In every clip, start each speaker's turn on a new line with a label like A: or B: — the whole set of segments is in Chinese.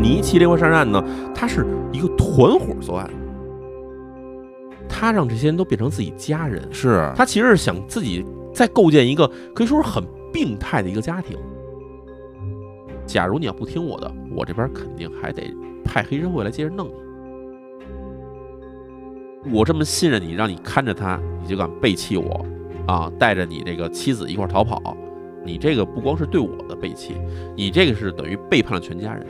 A: 尼奇连环杀人案呢，它是一个团伙作案，他让这些人都变成自己家人，
B: 是
A: 他其实是想自己再构建一个可以说是很病态的一个家庭。假如你要不听我的，我这边肯定还得派黑社会来接着弄你。我这么信任你，让你看着他，你就敢背弃我啊？带着你这个妻子一块儿逃跑，你这个不光是对我的背弃，你这个是等于背叛了全家人。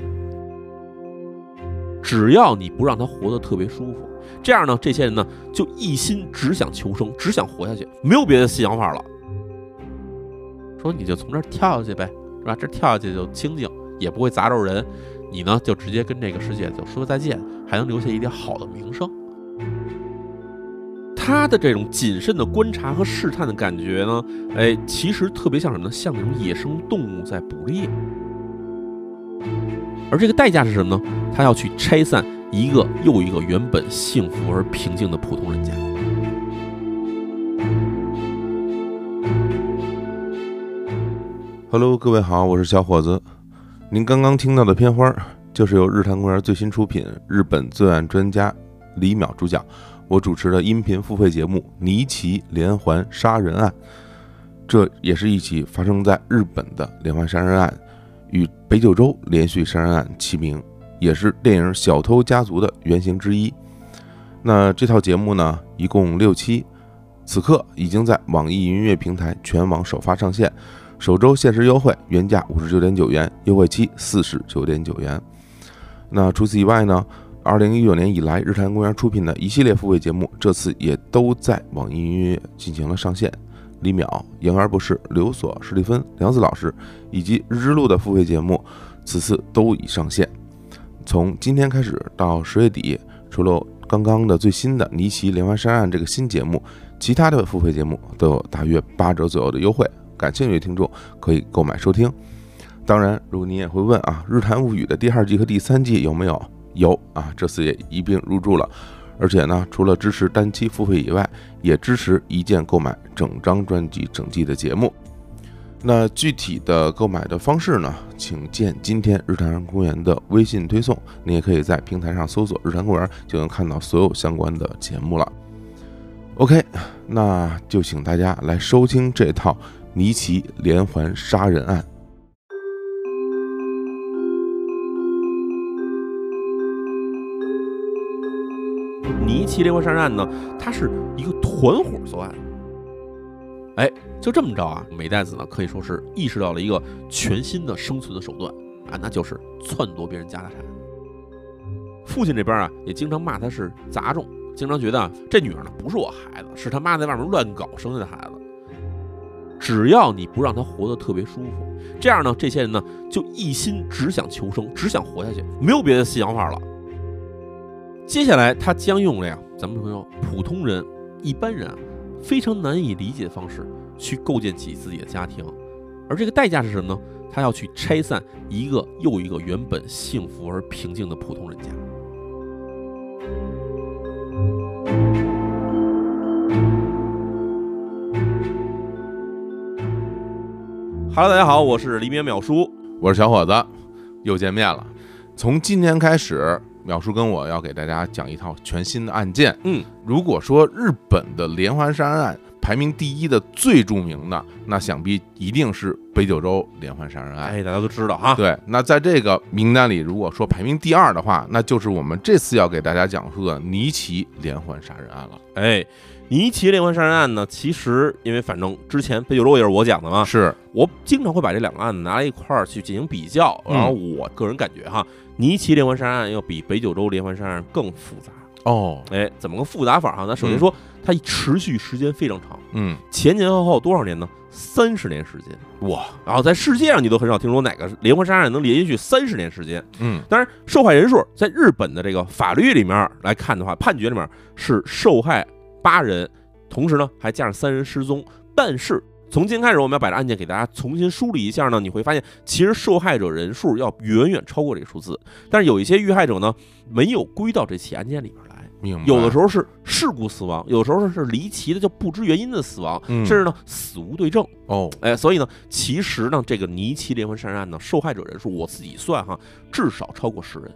A: 只要你不让他活得特别舒服，这样呢，这些人呢就一心只想求生，只想活下去，没有别的想法了。说你就从这儿跳下去呗，是吧？这跳下去就清静，也不会砸着人。你呢，就直接跟这个世界就说再见，还能留下一点好的名声。他的这种谨慎的观察和试探的感觉呢，哎，其实特别像什么呢？像那种野生动物在捕猎。而这个代价是什么呢？他要去拆散一个又一个原本幸福而平静的普通人家。
B: ，Hello，各位好，我是小伙子。您刚刚听到的片花，就是由日坛公园最新出品、日本罪案专家李淼主讲，我主持的音频付费节目《尼奇连环杀人案》。这也是一起发生在日本的连环杀人案，与北九州连续杀人案齐名，也是电影《小偷家族》的原型之一。那这套节目呢，一共六期，此刻已经在网易云音乐平台全网首发上线。首周限时优惠，原价五十九点九元，优惠期四十九点九元。那除此以外呢？二零一九年以来，日坛公园出品的一系列付费节目，这次也都在网易云音乐进行了上线。李淼、言而不是、刘所、史蒂芬、梁子老师以及日之路的付费节目，此次都已上线。从今天开始到十月底，除了刚刚的最新的尼奇连环杀人案这个新节目，其他的付费节目都有大约八折左右的优惠，感兴趣的听众可以购买收听。当然，如果您也会问啊，《日谈物语》的第二季和第三季有没有？有啊，这次也一并入驻了。而且呢，除了支持单期付费以外，也支持一键购买整张专辑、整季的节目。那具体的购买的方式呢，请见今天日坛公园的微信推送。你也可以在平台上搜索“日坛公园”，就能看到所有相关的节目了。OK，那就请大家来收听这套《尼奇连环杀人案》。
A: 尼奇连环杀人案呢，它是一个团伙作案。哎，就这么着啊，美代子呢可以说是意识到了一个全新的生存的手段啊，那就是篡夺别人家的财产。父亲这边啊，也经常骂他是杂种，经常觉得啊这女儿呢不是我孩子，是他妈在外面乱搞生下的孩子。只要你不让他活得特别舒服，这样呢，这些人呢就一心只想求生，只想活下去，没有别的想法了。接下来，他将用了呀，咱们说普通人、一般人啊，非常难以理解的方式去构建起自己的家庭，而这个代价是什么呢？他要去拆散一个又一个原本幸福而平静的普通人家。Hello，大家好，我是黎明淼叔。
B: 我是小伙子，又见面了。从今天开始，淼叔跟我要给大家讲一套全新的案件。
A: 嗯，
B: 如果说日本的连环杀人案排名第一的最著名的，那想必一定是北九州连环杀人案。
A: 哎，大家都知道哈，
B: 对，那在这个名单里，如果说排名第二的话，那就是我们这次要给大家讲述的尼奇连环杀人案了。
A: 哎，尼奇连环杀人案呢，其实因为反正之前北九州也是我讲的嘛，
B: 是，
A: 我经常会把这两个案子拿来一块儿去进行比较，
B: 嗯
A: 然后我个人感觉哈，尼奇连环杀人案要比北九州连环杀人案更复杂。
B: 哦，
A: 哎，怎么个复杂法哈？那首先说，它持续时间非常长，
B: 嗯，
A: 前前后后多少年呢？三十年时间。
B: 哇，
A: 然后在世界上，你都很少听说哪个连环杀人案能连续三十年时间。
B: 嗯，
A: 当然，受害人数在日本的这个法律里面来看的话，判决里面是受害八人，同时呢还加上三人失踪。但是从今天开始，我们要把这案件给大家重新梳理一下呢，你会发现其实受害者人数要远远超过这个数字，但是有一些遇害者呢没有归到这起案件里面来。
B: 嗯明白。
A: 有的时候是事故死亡，有的时候是离奇的就不知原因的死亡，
B: 嗯
A: 甚至呢死无对证。
B: 哦，
A: 哎，所以呢，其实呢，这个尼奇连环杀人案呢，受害者人数我自己算哈，至少超过十人。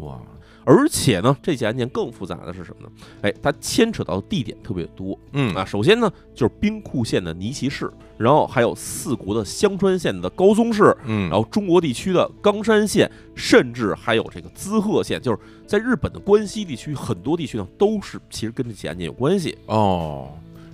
B: 哇，
A: 而且呢，这起案件更复杂的是什么呢？哎，它牵扯到地点特别多
B: 嗯
A: 啊。首先呢，就是兵库县的尼崎市，然后还有四国的香川县的高松市，
B: 嗯，
A: 然后中国地区的冈山县，甚至还有这个滋贺县，就是在日本的关西地区，很多地区呢都是其实跟这起案件有关系。
B: 哦，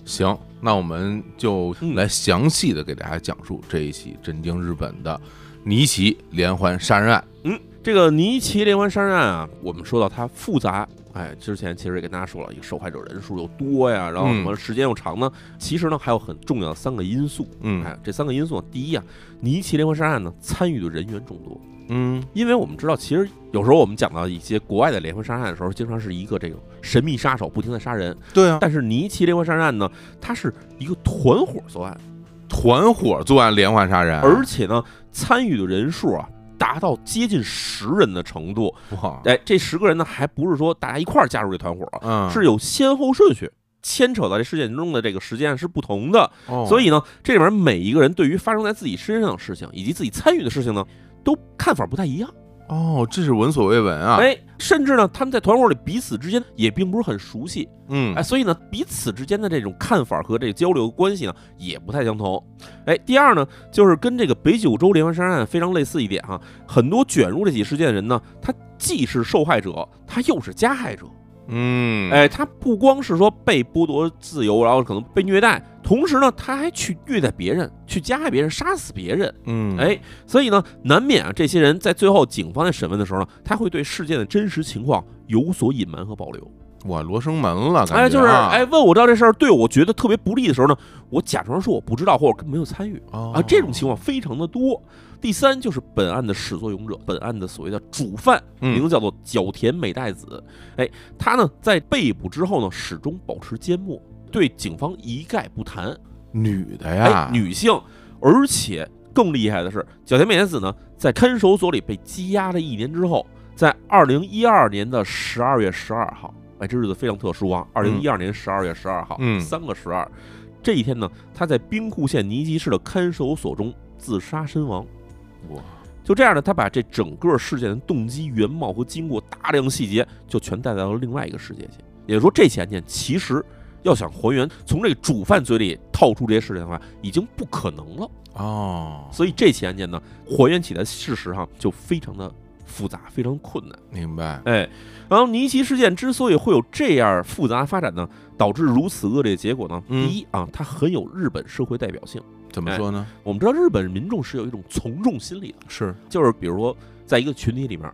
B: 行，那我们就
A: 嗯
B: 来详细的给大家讲述这一起震惊日本的尼奇连环杀人案。
A: 嗯，这个尼奇连环杀人案啊，我们说到它复杂，哎，之前其实也跟大家说了，一个受害者人数又多呀，然后什么嗯时间又长呢？其实呢，还有很重要的三个因素。
B: 嗯
A: 哎，这三个因素呢，第一啊，尼奇连环杀人案呢参与的人员众多，
B: 嗯，
A: 因为我们知道，其实有时候我们讲到一些国外的连环杀人案的时候，经常是一个这个神秘杀手不停的杀人，
B: 对啊，
A: 但是尼奇连环杀人案呢，它是一个团伙作案，
B: 团伙作案连环杀人，
A: 而且呢，参与的人数啊达到接近十人的程度。
B: 哇，
A: 哎，这十个人呢，还不是说大家一块儿加入这团伙，
B: 嗯，
A: 是有先后顺序。牵扯到这事件中的这个时间是不同的，
B: 哦，
A: 所以呢，这里面每一个人对于发生在自己身上的事情以及自己参与的事情呢，都看法不太一样。
B: 哦，这是闻所未闻啊。，
A: 哎，甚至呢，他们在团伙里彼此之间也并不是很熟悉，
B: 嗯
A: 哎，，所以呢，彼此之间的这种看法和这个交流关系呢，也不太相同。哎，第二呢，就是跟这个北九州连环杀人案非常类似一点哈，啊很多卷入这起事件的人呢，他既是受害者，他又是加害者。
B: 嗯，，
A: 哎，他不光是说被剥夺自由，然后可能被虐待，同时呢，他还去虐待别人，去加害别人，杀死别人。
B: 嗯，，
A: 哎，所以呢，难免啊，这些人在最后警方在审问的时候呢，他会对事件的真实情况有所隐瞒和保留。
B: 我罗生门了，感觉、啊、
A: 哎，就是哎，，问我知道这事儿对我觉得特别不利的时候呢，我假装说我不知道或者根本没有参与
B: 哦、
A: 啊，这种情况非常的多。第三就是本案的始作俑者，本案的所谓的主犯，名
B: 嗯，
A: 字叫做角田美代子。哎，他呢在被捕之后呢，始终保持缄默，对警方一概不谈。
B: 女的呀，
A: 哎，女性，而且更厉害的是，角田美代子呢，在看守所里被羁押了一年之后，在二零一二年的十二月十二号，哎，这日子非常特殊啊，二零一二年十二月十二号，
B: 嗯
A: 三个十二，这一天呢，她在兵库县尼基市的看守所中自杀身亡。
B: 哇，
A: 就这样呢，他把这整个事件的动机、原貌和经过大量细节，就全带到了另外一个世界去。也就是说，这起案件其实要想还原，从这个主犯嘴里套出这些事情的话，已经不可能了。
B: 哦，
A: 所以这起案件呢，还原起来事实哈就非常的复杂，非常困难。
B: 明白，
A: 哎，然后尼奇事件之所以会有这样复杂的发展呢，导致如此恶劣的结果呢，
B: 嗯
A: 第一啊，它很有日本社会代表性。
B: 怎么
A: 哎
B: 说呢？
A: 我们知道日本民众是有一种从众心理的。
B: 是，
A: 就是比如说，在一个群体里面，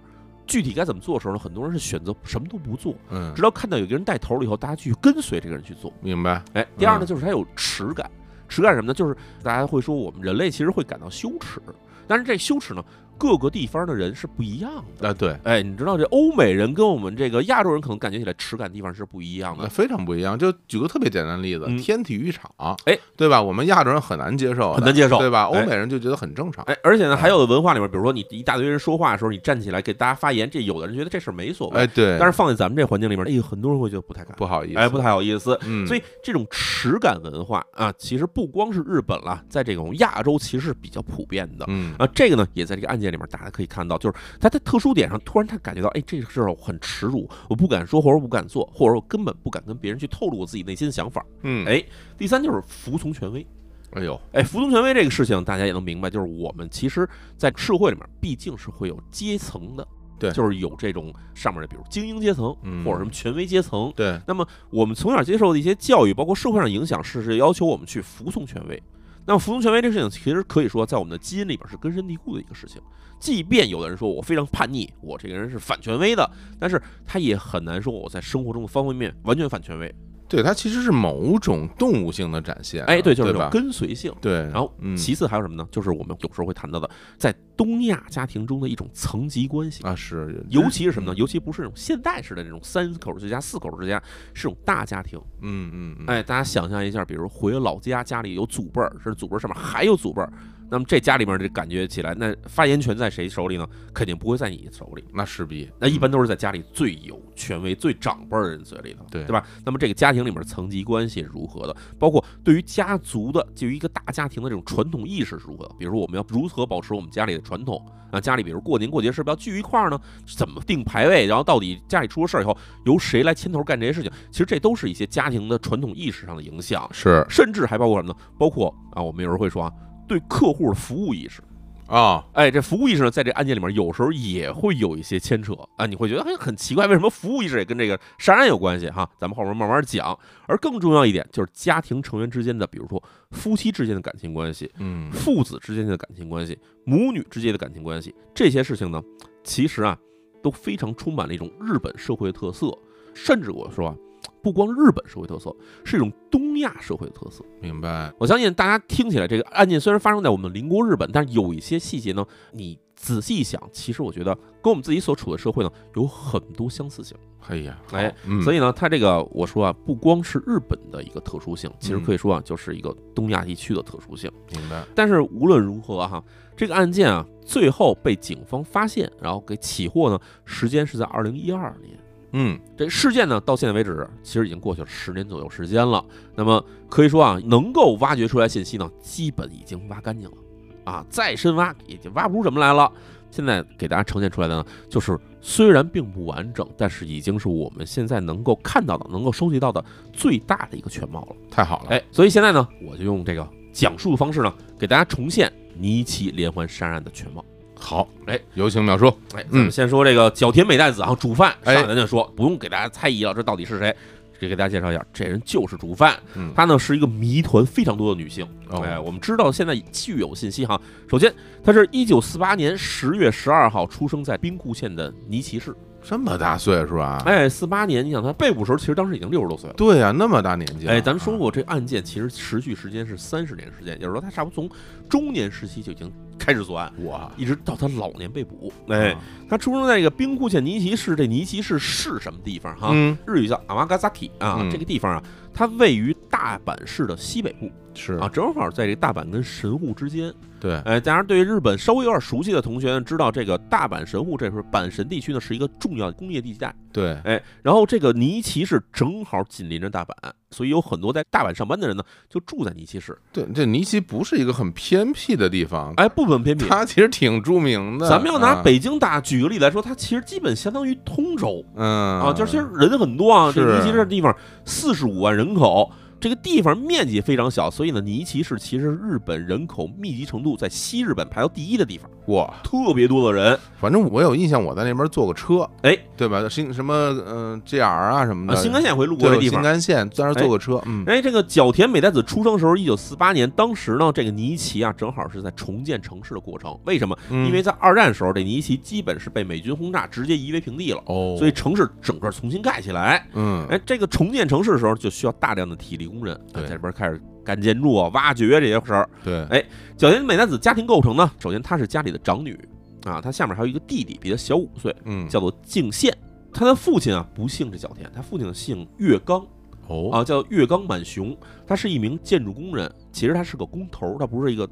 A: 具体该怎么做的时候呢，很多人是选择什么都不做，
B: 嗯
A: 直，到看到有一个人带头了以后，大家去跟随这个人去做。
B: 明白，
A: 哎，第二呢，
B: 嗯
A: 就是他有耻感，耻感是什么呢？就是大家会说我们人类其实会感到羞耻，但是这羞耻呢，各个地方的人是不一样的。
B: 啊，对，
A: 哎，你知道这欧美人跟我们这个亚洲人可能感觉起来耻感地方是不一样
B: 那
A: 的。
B: 非常不一样。就举个特别简单的例子，
A: 嗯
B: 天体育场，
A: 哎，
B: 对吧？我们亚洲人很难接受的，
A: 很难接受
B: 对吧？欧
A: 哎
B: 美人就觉得很正常。
A: 哎，而且呢，还有的文化里面，比如说你一大堆人说话的时候，你站起来给大家发言，这有的人觉得这事儿没所谓，
B: 哎，对，
A: 但是放在咱们这环境里面，哎，很多人会觉得不太敢，
B: 不好意思，
A: 哎，不太好意思。
B: 嗯，
A: 所以这种耻感文化啊，其实不光是日本了，在这种亚洲其实是比较普遍的。
B: 嗯，
A: 啊，这个呢，也在这个案件里面，大家可以看到，就是他在特殊点上，突然他感觉到，哎，这个事儿我很耻辱，我不敢说，或者我不敢做，或者我根本不敢跟别人去透露我自己内心的想法。
B: 嗯，
A: 哎，第三就是服从权威。
B: 哎呦，
A: 哎，服从权威这个事情，大家也能明白，就是我们其实，在社会里面，毕竟是会有阶层的，
B: 对
A: 就是有这种上面的，比如精英阶层，
B: 嗯
A: 或者什么权威阶层，
B: 对，
A: 那么我们从小接受的一些教育，包括社会上影响，是是要求我们去服从权威。那么服从权威这个事情，其实可以说在我们的基因里边是根深蒂固的一个事情。即便有的人说我非常叛逆，我这个人是反权威的，但是他也很难说我在生活中的方方面面完全反权威。
B: 对，它其实是某种动物性的展现啊。
A: 哎，对，就是这种
B: 吧？
A: 跟随性。
B: 对，
A: 然后
B: 嗯
A: 其次还有什么呢？就是我们有时候会谈到的，在东亚家庭中的一种层级关系。
B: 啊是，
A: 尤其是什么呢？
B: 嗯
A: 尤其不是那种现代式的那种三口之家、四口之家，是种大家庭。哎
B: 嗯嗯嗯，
A: 哎，大家想象一下，比如回老家，家里有祖辈儿，是祖辈儿上面还有祖辈儿，那么这家里面这感觉起来，那发言权在谁手里呢？肯定不会在你手里，
B: 那势必嗯
A: 那一般都是在家里最有权威、最长辈儿的人嘴里头，
B: 对
A: 对吧？那么这个家庭里面层级关系是如何的？包括对于家族的，就一个大家庭的这种传统意识是如何的？比如说我们要如何保持我们家里的传统啊？家里比如过年过节是不是要聚一块儿呢？怎么定排位？然后到底家里出了事儿以后，由谁来牵头干这些事情？其实这都是一些家庭的传统意识上的影响，
B: 是
A: 甚至还包括什么呢？包括啊，我们有时候会说啊，对客户的服务意识。
B: 啊，
A: 哎，这服务意识呢，在这案件里面有时候也会有一些牵扯啊，你会觉得很很奇怪，为什么服务意识也跟这个杀人案有关系哈？咱们后面慢慢讲。而更重要一点就是家庭成员之间的，比如说夫妻之间的感情关系、
B: 嗯
A: 父子之间的感情关系、母女之间的感情关系，这些事情呢，其实啊，都非常充满了一种日本社会的特色，甚至我说啊，不光日本社会特色，是一种东亚社会的特色。
B: 明白，
A: 我相信大家听起来，这个案件虽然发生在我们邻国日本，但是有一些细节呢，你仔细一想，其实我觉得跟我们自己所处的社会呢有很多相似性。
B: 哎呀，
A: 哎
B: 好，嗯
A: 所以呢，它这个我说啊，不光是日本的一个特殊性，其实可以说啊，就是一个东亚地区的特殊性。
B: 明白，
A: 但是无论如何啊哈、这个案件啊，最后被警方发现，然后给起获呢，时间是在二零一二年。
B: 嗯
A: 这事件呢，到现在为止，其实已经过去了十年左右时间了。那么可以说啊，能够挖掘出来信息呢，基本已经挖干净了，啊，再深挖也就挖不出什么来了。现在给大家呈现出来的呢，就是虽然并不完整，但是已经是我们现在能够看到的、能够收集到的最大的一个全貌了。
B: 太好了，
A: 哎，所以现在呢，我就用这个讲述的方式呢，给大家重现尼奇连环杀人案的全貌。
B: 好，
A: 哎，
B: 有请淼叔，
A: 哎，咱们先说这个角田美代子啊，主犯上
B: 嗯哎
A: 来咱就说，不用给大家猜疑了，这到底是谁？这给大家介绍一下，这人就是主犯，
B: 嗯
A: 她呢是一个谜团非常多的女性。
B: 哦
A: 哎，我们知道现在具有信息哈，首先她是一九四八年十月十二号出生在兵库县的尼崎市。
B: 这么大岁数啊？
A: 哎，四八年，你想她被捕时候，其实当时已经六十多岁了。
B: 对呀，那么大年纪了，
A: 哎，咱们说
B: 啊，
A: 过这案件其实持续时间是三十年时间，也就是说她差不多从中年时期就已经开始作案，
B: 我，
A: 一直到她老年被捕。哎
B: 啊，，
A: 他出生在这个兵库县尼崎市，这尼崎市是什么地方哈？
B: 嗯，
A: 日语叫 Amagasaki 啊，
B: 嗯
A: 这个地方啊，它位于大阪市的西北部
B: 是
A: 啊，，正好在这个大阪跟神户之间。
B: 对，
A: 哎，大家对于日本稍微有点熟悉的同学呢，知道这个大阪神户这是阪神地区呢是一个重要的工业地带。
B: 对，
A: 哎，然后这个尼崎市正好紧邻着大阪，所以有很多在大阪上班的人呢，就住在尼崎市。
B: 对，这尼奇不是一个很偏僻的地方，
A: 哎，不分偏僻。
B: 它其实挺著名的。
A: 咱们要拿
B: 啊，
A: 北京大举个例来说，它其实基本相当于通州，
B: 嗯
A: 啊，就是其实人很多啊，这个
B: 是
A: 尼奇这地方四十五万人口，这个地方面积非常小，所以呢，尼奇市其实日本人口密集程度在西日本排到第一的地方，
B: 我，
A: 特别多的人
B: 反正我有印象，我在那边坐过车，
A: 哎，
B: 对吧？新什么嗯 GR 啊什么
A: 啊，
B: 的，
A: 新干线会路过
B: 对
A: 这地
B: 新
A: 方。
B: 干线在那儿坐过车，嗯，
A: 哎，这个角田美代子出生的时候，一九四八年，当时呢，这个尼奇啊，正好是在重建城市的过程。为
B: 嗯
A: 什么？ 因为在二战时候，这尼奇基本是被美军轰炸，直接夷为平地了，
B: 哦，
A: 所以城市整个重新盖起来。
B: 嗯，
A: 哎，这个重建城市的时候就需要大量的体力工人，啊
B: 对
A: 在这边开始干建筑啊、挖掘这些事儿。
B: 对，
A: 哎角田美奈子家庭构成呢，首先她是家里的长女啊，她下面还有一个弟弟，比她小五岁，
B: 嗯，
A: 叫做敬宪。她的父亲啊不姓这角田，他父亲姓月冈
B: 哦，
A: 啊，叫月冈满雄，他是一名建筑工人，其实他是个工头，他不是一个。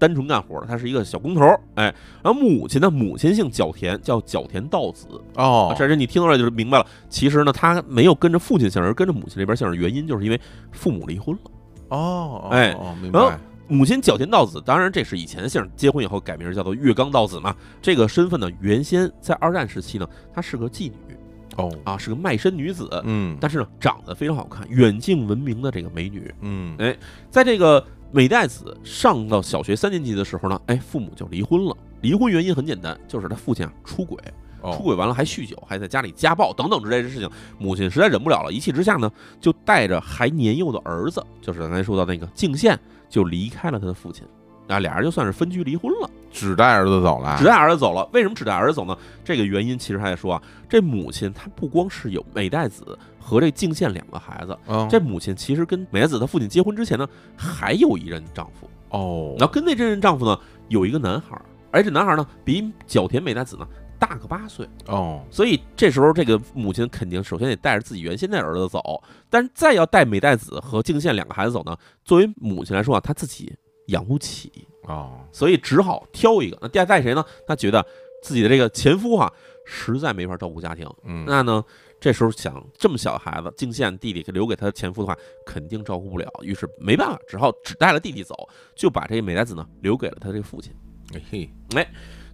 A: 单纯干活的，他是一个小工头，哎，然后母亲呢，母亲姓角田，叫角田道子，啊
B: 哦，
A: 这是你听出来就是明白了。其实呢，他没有跟着父亲姓，而是跟着母亲这边姓，原因就是因为父母离婚了。
B: 哦，
A: 哎
B: 哦，明
A: 然后
B: 白，
A: 母亲角田道子，当然这是以前的姓，结婚以后改名叫做月冈道子嘛。这个身份呢，原先在二战时期呢，她是个妓女
B: 哦，
A: 啊，是个卖身女子，
B: 嗯，
A: 但是呢，长得非常好看，远近闻名的这个美女。
B: 嗯
A: 哎，在这个美代子上到小学三年级的时候呢，哎，父母就离婚了。离婚原因很简单，就是她父亲啊出轨，出
B: 哦，
A: 轨完了还酗酒，还在家里家暴等等之类的事情，母亲实在忍不了了，一气之下呢，就带着还年幼的儿子，就是刚才说到那个敬宪，就离开了他的父亲。啊，俩人就算是分居离婚了，
B: 只带儿子走了，
A: 只带儿子走了。为什么只带儿子走呢？这个原因其实还得说啊，这母亲她不光是有美代子和这敬宪两个孩子，
B: 嗯，
A: 这母亲其实跟美代子她父亲结婚之前呢，还有一任丈夫，
B: 哦，
A: 然后跟那这任丈夫呢有一个男孩儿，而这男孩儿呢比角田美代子呢大个八岁。
B: 哦，
A: 所以这时候，这个母亲肯定首先得带着自己原先的儿子走，但是再要带美代子和敬宪两个孩子走呢，作为母亲来说啊，她自己养不起，
B: 哦，
A: 所以只好挑一个。那第二代谁呢？他觉得自己的这个前夫哈、啊实在没法照顾家庭，
B: 嗯，
A: 那呢，这时候想这么小的孩子，敬献弟弟留给他的前夫的话，肯定照顾不了，于是没办法，只好只带了弟弟走，就把这个美代子呢留给了他这个父亲。
B: 哎嘿，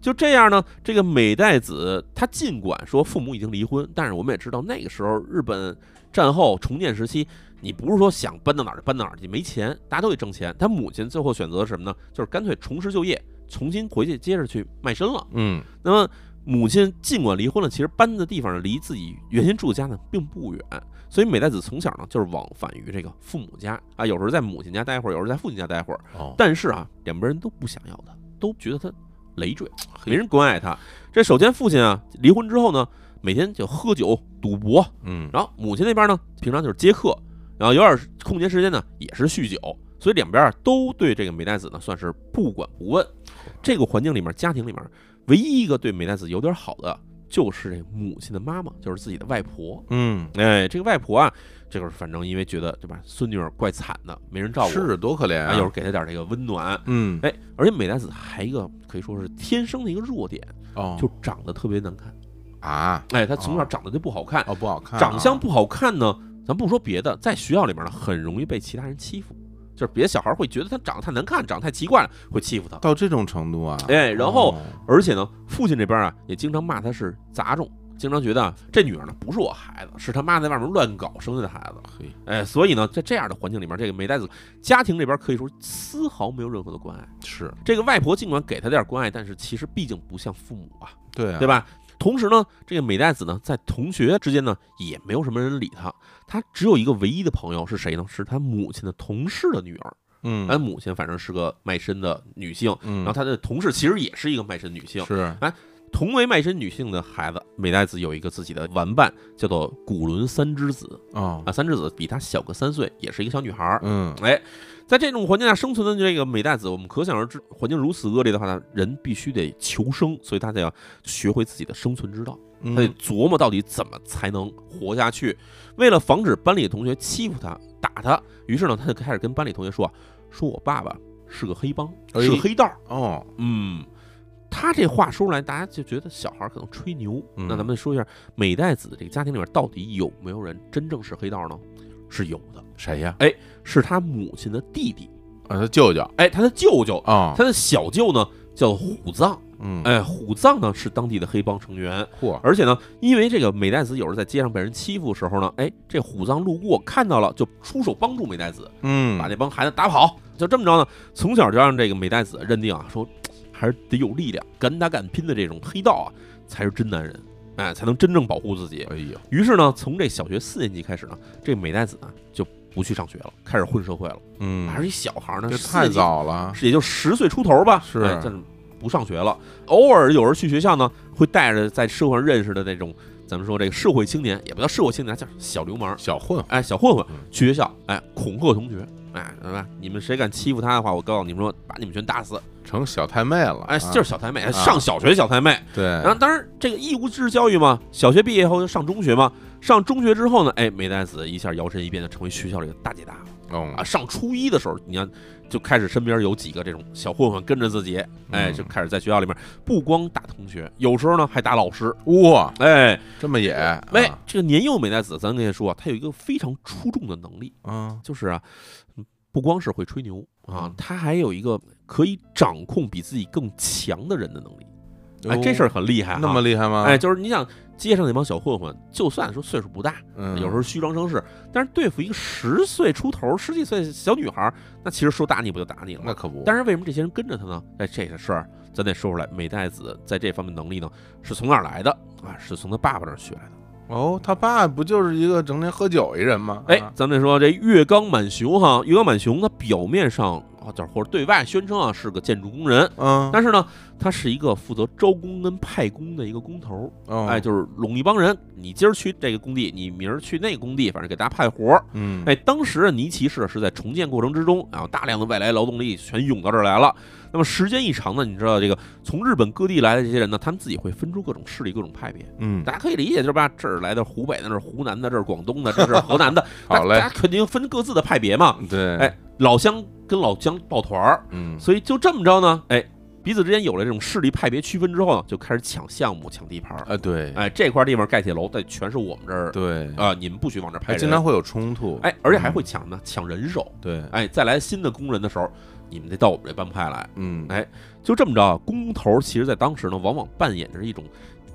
A: 就这样呢，这个美代子她尽管说父母已经离婚，但是我们也知道那个时候日本战后重建时期，你不是说想搬到哪儿就搬到哪儿去，没钱，大家都得挣钱。她母亲最后选择的是什么呢？就是干脆重拾旧业，重新回去接着去卖身了。
B: 嗯
A: 那么母亲尽管离婚了，其实搬的地方离自己原先住的家呢并不远，所以美代子从小呢就是往返于这个父母家啊，有时候在母亲家待会儿，有时候在父亲家待会儿。
B: 哦，
A: 但是啊，两边人都不想要他，都觉得他累赘，没人关爱他。这首先父亲啊离婚之后呢，每天就喝酒赌博，
B: 嗯，
A: 然后母亲那边呢平常就是接客，然后有点空闲时间呢也是酗酒，所以两边啊都对这个美代子呢算是不管不问。这个环境里面，家庭里面唯一一个对美代子有点好的，就是这母亲的妈妈，就是自己的外婆。
B: 嗯，
A: 哎，这个外婆啊，这个反正因为觉得对吧，孙女儿怪惨的，没人照顾，
B: 是多可怜
A: 啊，
B: 啊，
A: 有时候给她点这个温暖。
B: 嗯，
A: 哎，而且美代子还一个可以说是天生的一个弱点，
B: 哦，
A: 就长得特别难看。
B: 啊，
A: 哎，她从小长得就不好看，
B: 哦，不好看啊，
A: 长相不好看呢，咱不说别的，在学校里面呢，很容易被其他人欺负，就是别的小孩会觉得她长得太难看，长得太奇怪了，会欺负她。
B: 到这种程度啊，
A: 哎然后
B: 哦，
A: 而且呢，父亲这边啊，也经常骂她是杂种，经常觉得啊这女儿呢不是我孩子，是他妈在外面乱搞生下的孩子。
B: 嘿，
A: 哎，所以呢，在这样的环境里面，这个美代子家庭这边可以说丝毫没有任何的关爱。
B: 是
A: 这个外婆尽管给她点关爱，但是其实毕竟不像父母啊，
B: 对啊，
A: 对吧？同时呢，这个美代子呢，在同学之间呢，也没有什么人理她，她只有一个唯一的朋友是谁呢？是她母亲的同事的女儿。
B: 嗯，
A: 她母亲反正是个卖身的女性，
B: 嗯，
A: 然后她的同事其实也是一个卖身女性。
B: 是，
A: 同为卖身女性的孩子，美代子有一个自己的玩伴，叫做古伦三之子
B: 哦
A: 啊。，三之子比她小个三岁，也是一个小女孩。儿。
B: 嗯，
A: 哎，在这种环境下生存的这个美代子，我们可想而知，环境如此恶劣的话呢，人必须得求生，所以他得要学会自己的生存之道，他得
B: 嗯，
A: 琢磨到底怎么才能活下去。为了防止班里的同学欺负他、打他，于是呢，他就开始跟班里同学说啊：“ 说我爸爸是个黑帮，
B: 哎
A: 是个黑道。
B: 哦，”
A: 嗯。他这话说出来，大家就觉得小孩可能吹牛。
B: 嗯
A: 那咱们说一下美代子这个家庭里面到底有没有人真正是黑道呢？是有的，
B: 谁呀？
A: 是他母亲的弟弟，
B: 啊，他舅舅
A: 哎，他的舅舅，
B: 啊，
A: 他的小舅呢叫虎藏，
B: 嗯，
A: 哎，虎藏呢是当地的黑帮成员，
B: 嚯，
A: 而且呢，因为这个美代子有时候在街上被人欺负的时候呢，哎，这虎藏路过看到了，就出手帮助美代子，
B: 嗯，
A: 把这帮孩子打跑。就这么着呢，从小就让这个美代子认定啊，说还是得有力量、敢打敢拼的这种黑道啊，才是真男人，哎，才能真正保护自己。
B: 哎呦，
A: 于是呢，从这小学四年级开始呢，这美代子呢就不去上学了，开始混社会了。
B: 嗯，
A: 还是一小孩儿呢，
B: 这
A: 四
B: 太
A: 年级
B: 早了，
A: 也就十岁出头吧，
B: 啊是
A: 哎但是不上学了。偶尔有人去学校呢，会带着在社会上认识的那种，咱们说这个社会青年，也不叫社会青年，叫小流氓，
B: 小混混，
A: 哎，小混混
B: 嗯
A: 去学校，哎，恐吓同学。哎，是吧？你们谁敢欺负他的话，我告诉你们说，把你们全打死！
B: 成小太妹了，
A: 哎，
B: 啊哎
A: 就是小太妹，上小学小太妹。
B: 对，
A: 然后，当然这个义务制教育嘛，小学毕业后就上中学嘛。上中学之后呢，哎，美代子一下摇身一变，就成为学校里的大姐大了。
B: 哦
A: 啊，，上初一的时候，你看就开始身边有几个这种小混混跟着自己，哎，
B: 嗯
A: 就开始在学校里面不光打同学，有时候呢还打老师，
B: 哇，
A: 哎，
B: 这么野，
A: 喂，
B: 啊
A: 这个年幼美代子，咱跟你说啊，她有一个非常出众的能力，
B: 嗯，
A: 就是啊，不光是会吹牛啊
B: 嗯，
A: 她还有一个可以掌控比自己更强的人的能力，哎，
B: 哟
A: 这事儿很厉害、啊，
B: 那么厉害吗？
A: 哎，，就是你想街上那帮小混混，就算说岁数不大，
B: 嗯，
A: 有时候虚张声势，但是对付一个十岁出头、十几岁小女孩儿，那其实说打你不就打你了
B: 那
A: 吗？
B: 可不，
A: 但是为什么这些人跟着他呢？哎，这个事儿咱得说出来。美代子在这方面能力呢，是从哪儿来的啊？是从他爸爸那儿学来的。
B: 哦，他爸不就是一个整天喝酒一人吗？
A: 哎
B: 啊，
A: 咱们说这月冈满雄哈，月冈满雄他表面上啊，就是或者对外宣称啊是个建筑工人，
B: 嗯，
A: 但是呢，他是一个负责招工跟派工的一个工头儿。
B: 哦
A: 哎，，就是拢一帮人，你今儿去这个工地，你明儿去那个工地，反正给大家派活儿。
B: 嗯，
A: 哎，当时啊尼奇市是在重建过程之中，啊，大量的外来劳动力全涌到这儿来了。那么时间一长呢，你知道这个从日本各地来的这些人呢，他们自己会分出各种势力、各种派别。
B: 嗯
A: 大，家可以理解，就是吧？这儿来的湖北的，那是湖南的，这是广东的，这是河南的
B: ，好嘞
A: 大家肯定分各自的派别嘛。
B: 对，
A: 哎，老乡跟老姜抱团儿，
B: 嗯，
A: 所以就这么着呢，哎，彼此之间有了这种势力派别区分之后呢，就开始抢项目、抢地盘儿。
B: 啊，对，
A: 哎，这块地方盖铁楼，但全是我们这儿
B: 对，嗯
A: 啊、你们不许往这儿派
B: 还
A: 人。
B: 经常会有冲突，
A: 哎，而且还会抢呢，抢人手。
B: 对，
A: 哎，再来新的工人的时候，你们得到我们这帮派来。
B: 嗯，
A: 哎就这么着，工头其实在当时呢，往往扮演着一种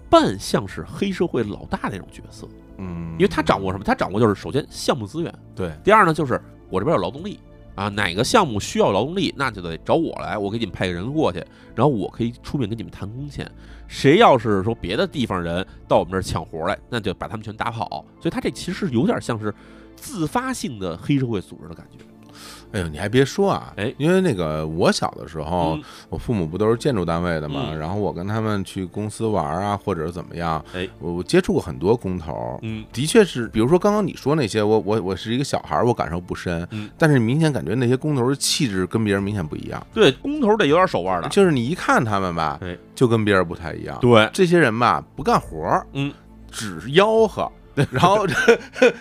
A: 半像是黑社会老大那种角色，
B: 嗯，
A: 因为他掌握什么？他掌握就是首先项目资源，
B: 对，
A: 第二呢就是我这边有劳动力啊，哪个项目需要劳动力，那就得找我来，我给你们派个人过去，然后我可以出面跟你们谈工钱。谁要是说别的地方人到我们这儿抢活来，那就把他们全打跑。所以他这其实是有点像是自发性的黑社会组织的感觉。
B: 哎呦，你还别说啊，
A: 哎
B: 因为那个我小的时候，
A: 嗯
B: 我父母不都是建筑单位的嘛，
A: 嗯
B: 然后我跟他们去公司玩啊，或者是怎么样，
A: 哎，
B: 我我接触过很多工头。
A: 嗯
B: 的确是，比如说刚刚你说那些，我我我是一个小孩儿，我感受不深，
A: 嗯
B: 但是明显感觉那些工头的气质跟别人明显不一样，
A: 对，工头得有点手腕的。
B: 就是你一看他们吧
A: 哎，
B: 就跟别人不太一样。
A: 对，
B: 这些人吧不干活儿，
A: 嗯，
B: 只是吆喝，然后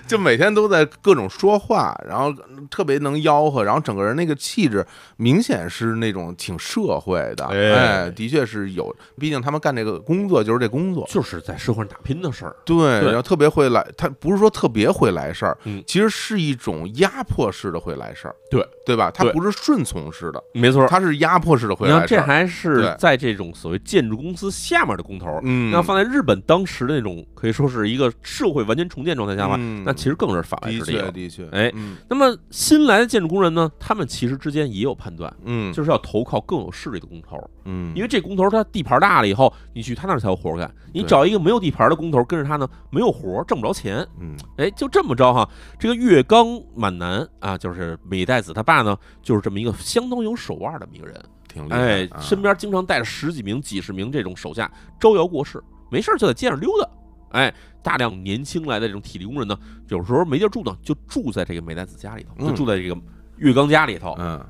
B: 就每天都在各种说话，然后特别能吆喝，然后整个人那个气质明显是那种挺社会的，
A: 哎
B: 哎，的确是有，毕竟他们干这个工作就是这工作，
A: 就是在社会上打拼的事儿。
B: 对，
A: 对
B: 然后特别会来，他不是说特别会来事儿，
A: 嗯
B: 其实是一种压迫式的会来事儿，
A: 对
B: 对吧？他
A: 对
B: 不是顺从式的，
A: 没错，
B: 他是压迫式的
A: 你看
B: 会来事
A: 这
B: 儿，
A: 还
B: 对
A: 是在这种所谓建筑公司下面的工头，
B: 嗯，
A: 那放在日本当时的那种可以说是一个社会完全重建状态下吧，
B: 嗯
A: 那其实更是法外
B: 的
A: 之地
B: 确
A: 了。
B: 的确，
A: 哎
B: 嗯
A: 那么新来的建筑工人呢，他们其实之间也有判断，
B: 嗯，
A: 就是要投靠更有势力的工头，
B: 嗯，
A: 因为这工头他地盘大了以后，你去他那儿才有活干，你
B: 对
A: 找一个没有地盘的工头跟着他呢，没有活挣不着钱。
B: 嗯
A: 哎，就这么着哈，这个月冈满男啊，就是美代子他爸呢，就是这么一个相当有手腕的一个人，
B: 挺厉害，
A: 哎，
B: 啊
A: 身边经常带着十几名、几十名这种手下招摇过市，没事儿就在街上溜达。哎，大量年轻来的这种体力工人呢，有时候没地儿住呢，就住在这个美代子家里头，
B: 嗯
A: 就住在这个月冈家里头。
B: 嗯。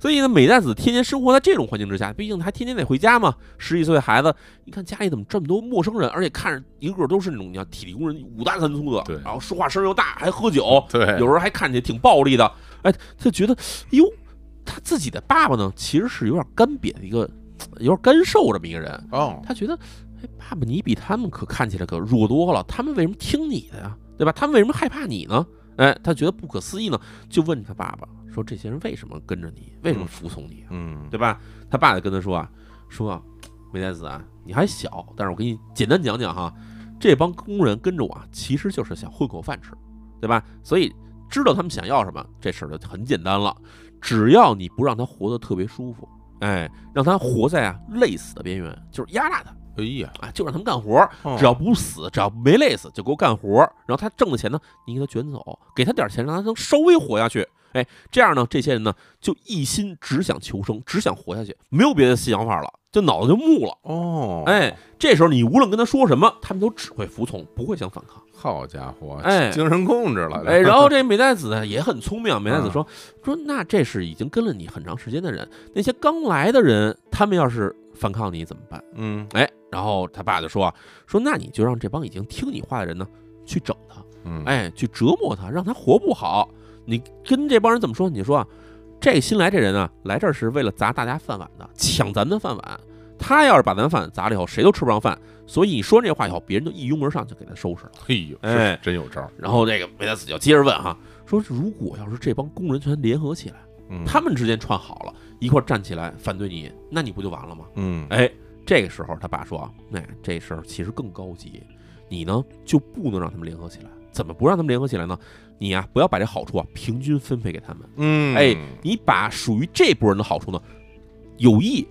A: 所以呢，美代子天天生活在这种环境之下，毕竟她天天得回家嘛。十几岁的孩子，你看家里怎么这么多陌生人，而且看着一个个都是那种你看体力工人，五大三粗的，
B: 对
A: 然后说话声又大，还喝酒，
B: 对，
A: 有时候还看起来挺暴力的。哎，他觉得，哟，他自己的爸爸呢，其实是有点干瘪的一个，有点干瘦这么一个人。
B: 哦，
A: 他觉得，哎，爸爸你比他们可看起来可弱多了，他们为什么听你的呀？对吧？他们为什么害怕你呢？哎，他觉得不可思议呢，就问他爸爸说：“这些人为什么跟着你？为什么服从你啊？
B: 嗯，
A: 对吧？”他爸就跟他说啊：“说啊，美代子啊，你还小，但是我给你简单讲讲哈，这帮工人跟着我啊，其实就是想混口饭吃，对吧？所以知道他们想要什么，这事儿就很简单了。只要你不让他活得特别舒服，哎，让他活在啊累死的边缘，就是压榨他。”
B: 哎呀，
A: 啊，就让他们干活儿，
B: 哦
A: 只要不死，只要没累死，就给我干活儿。然后他挣的钱呢，你给他卷走，给他点儿钱，让他能稍微活下去。哎，这样呢，这些人呢就一心只想求生，只想活下去，没有别的想法了，就脑子就木了。
B: 哦，，
A: 哎，这时候你无论跟他说什么，他们都只会服从，不会想反抗。
B: 好家伙，
A: 哎
B: 啊精神控制了，
A: 哎，然后这美代子呢也很聪明啊，美
B: 嗯
A: 代子说说那这是已经跟了你很长时间的人，那些刚来的人，他们要是反抗你怎么办？
B: 嗯
A: 哎，然后他爸就说啊，说那你就让这帮已经听你话的人呢，去整他，
B: 嗯，，
A: 哎，去折磨他，让他活不好。你跟这帮人怎么说？你说啊，这新来这人啊，来这儿是为了砸大家饭碗的，抢咱的饭碗。他要是把咱饭砸了以后，谁都吃不上饭。所以你说这话以后，别人就一拥而上就给他收拾了。
B: 哎呦，是
A: 哎
B: 真有招儿，
A: 然后这个梅德斯就接着问哈、说如果要是这帮工人全联合起来，
B: 嗯
A: 他，们之间串好了，一块儿站起来反对你，那你不就完了吗？
B: 嗯，
A: 哎，这个时候他爸说啊，哎，这事儿其实更高级，你呢就不能让他们联合起来。怎么不让他们联合起来呢？你呀、不要把这好处啊平均分配给他们，
B: 嗯，
A: 哎，你把属于这波人的好处呢，有意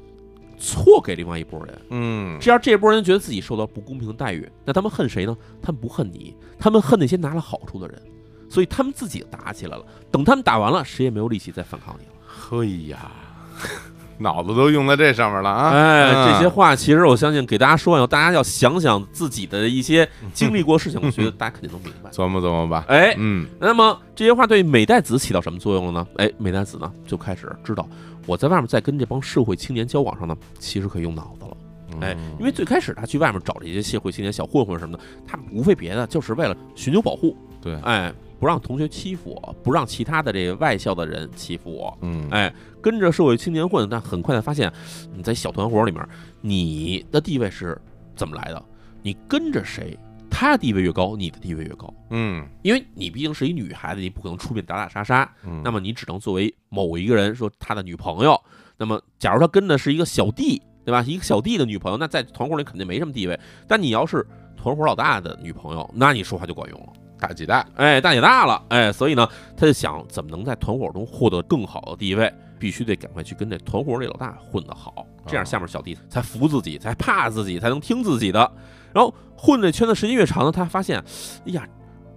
A: 错给另外一波人，
B: 嗯，
A: 这样这波人觉得自己受到不公平的待遇，那他们恨谁呢？他们不恨你，他们恨那些拿了好处的人，所以他们自己打起来了。等他们打完了，谁也没有力气再反抗你了。
B: 嘿呀， 脑子都用在这上面了啊，
A: 哎，
B: 嗯
A: 这些，话其实我相信给大家说完以后，大家要想想自己的一些
B: 嗯
A: 经历过事情，我觉得大家肯定能明白。
B: 琢磨琢磨吧，
A: 哎，
B: 嗯，
A: 那么这些话对美代子起到什么作用了呢？哎，美代子呢就开始知道我在外面在跟这帮社会青年交往上呢，其实可以用脑子了。
B: 嗯
A: 哎，因为最开始他去外面找这些社会青年小混混什么的，他们无非别的就是为了寻求保护，
B: 对，
A: 哎，不让同学欺负我，不让其他的这外校的人欺负我，
B: 嗯，
A: 哎，跟着社会青年混，但很快的发现你在小团伙里面，你的地位是怎么来的？你跟着谁，他地位越高，你的地位越高，
B: 嗯
A: 因为你毕竟是一女孩子，你不可能出面打打杀杀，
B: 嗯，
A: 那么你只能作为某一个人说他的女朋友。那么，假如他跟的是一个小弟，对吧？一个小弟的女朋友，那在团伙里肯定没什么地位。但你要是团伙老大的女朋友，那你说话就管用了。
B: 大几大，
A: 哎，大姐大了，哎，所以呢，他就想怎么能在团伙中获得更好的地位，必须得赶快去跟这团伙里老大混得好，这样
B: 啊
A: 下面小弟才服自己，才怕自己，才能听自己的。然后混这圈子时间越长呢，他发现，哎呀，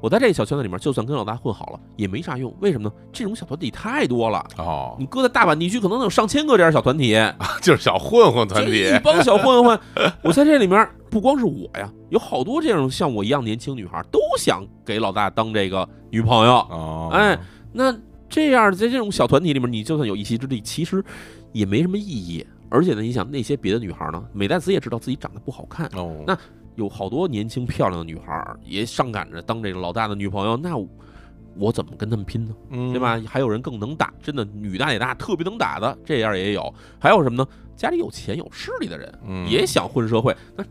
A: 我在这个小圈子里面，就算跟老大混好了，也没啥用。为什么呢？这种小团体太多了。
B: 哦
A: 你，搁在大阪地区，可能能有上千个这样的小团体，
B: 就是小混混团体
A: 这一，帮小混 混。我在这里面，不光是我呀，有好多这种像我一样年轻女孩，都想给老大当这个女朋友。
B: 哦，
A: 哎，那这样在这种小团体里面，你就算有一席之地，其实也没什么意义。而且呢，你想那些别的女孩呢，美代子也知道自己长得不好看，
B: 哦，
A: 那有好多年轻漂亮的女孩儿也上赶着当这个老大的女朋友，那我我怎么跟他们拼呢？
B: 嗯
A: 对？吧？还有人更能打，真的女大也大，特别能打的这样也有。还有什么呢？家里有钱有势力的人，
B: 嗯，
A: 也想混社会。那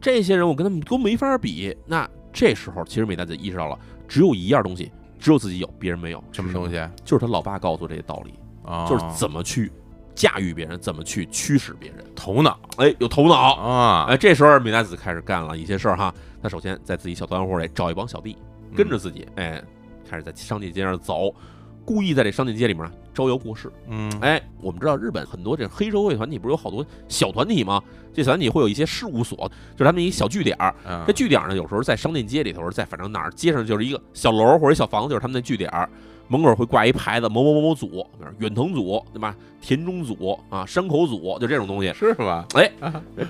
A: 这些人我跟他们都没法比。那这时候，其实美代子意识到了，只有一样东西，只有自己有，别人没有。
B: 什么东
A: 西？
B: 西？
A: 就是他老爸告诉我这些道理，
B: 啊，
A: 就是怎么去驾驭别人，怎么去驱使别人。
B: 头脑
A: 哎，有头脑。
B: 啊，
A: 哎，这时候美代子开始干了一些事儿哈。他首先在自己小团伙里找一帮小弟，
B: 嗯
A: 跟着自己，哎，开始在商店街上走，故意在这商店街里面招摇过市。
B: 嗯，嗯，
A: 哎，我们知道日本很多这黑社会团体不是有好多小团体吗？这小团体会有一些事务所，就是他们一小据点儿。
B: 嗯
A: 这据点儿呢，有时候在商店街里头，在反正哪儿街上就是一个小楼或者小房子，就是他们的据点儿。门口会挂一牌子某某某某组，比如远藤组对吧？田中组啊，山口组，就这种东西。哎
B: 是吧？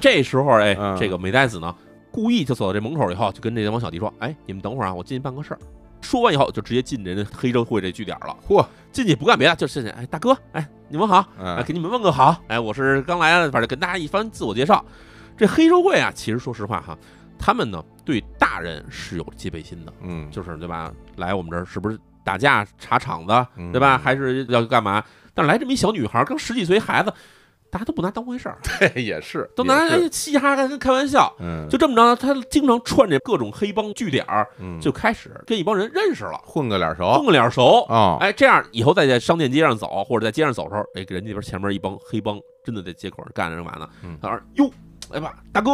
A: 这时候哎
B: 嗯，
A: 这个美代子呢，故意就走到这门口以后，就跟这帮小弟说：“哎，你们等会儿啊，我进去办个事儿。”说完以后，就直接进人家黑社会这据点儿了。
B: 嚯，
A: 进去不干别的，就是进去哎，大哥，哎，你们好，啊，
B: 嗯，
A: 给你们问个好，哎，我是刚来的，反正跟大家一番自我介绍。这黑社会啊，其实说实话哈，他们呢对大人是有戒备心的，
B: 嗯，
A: 就是对吧？来我们这儿是不是打架查场子，
B: 嗯
A: 对吧？还是要干嘛？但来这么一小女孩，刚十几岁孩子，大家都不拿当回事儿，
B: 对， 也是，
A: 都拿
B: 也是
A: 嘻哈跟开玩笑。
B: 嗯，
A: 就这么着，他经常串着各种黑帮据点儿，
B: 嗯
A: 就开始跟一帮人认识了，
B: 混个脸熟
A: 混个脸熟，
B: 啊，
A: 哎，这样以后再在商店街上走，或者在街上走的时候，哎，人家那边前面一帮黑帮真的在街口上干着干嘛呢
B: 嗯？
A: 他说：“哟，哎吧，大哥，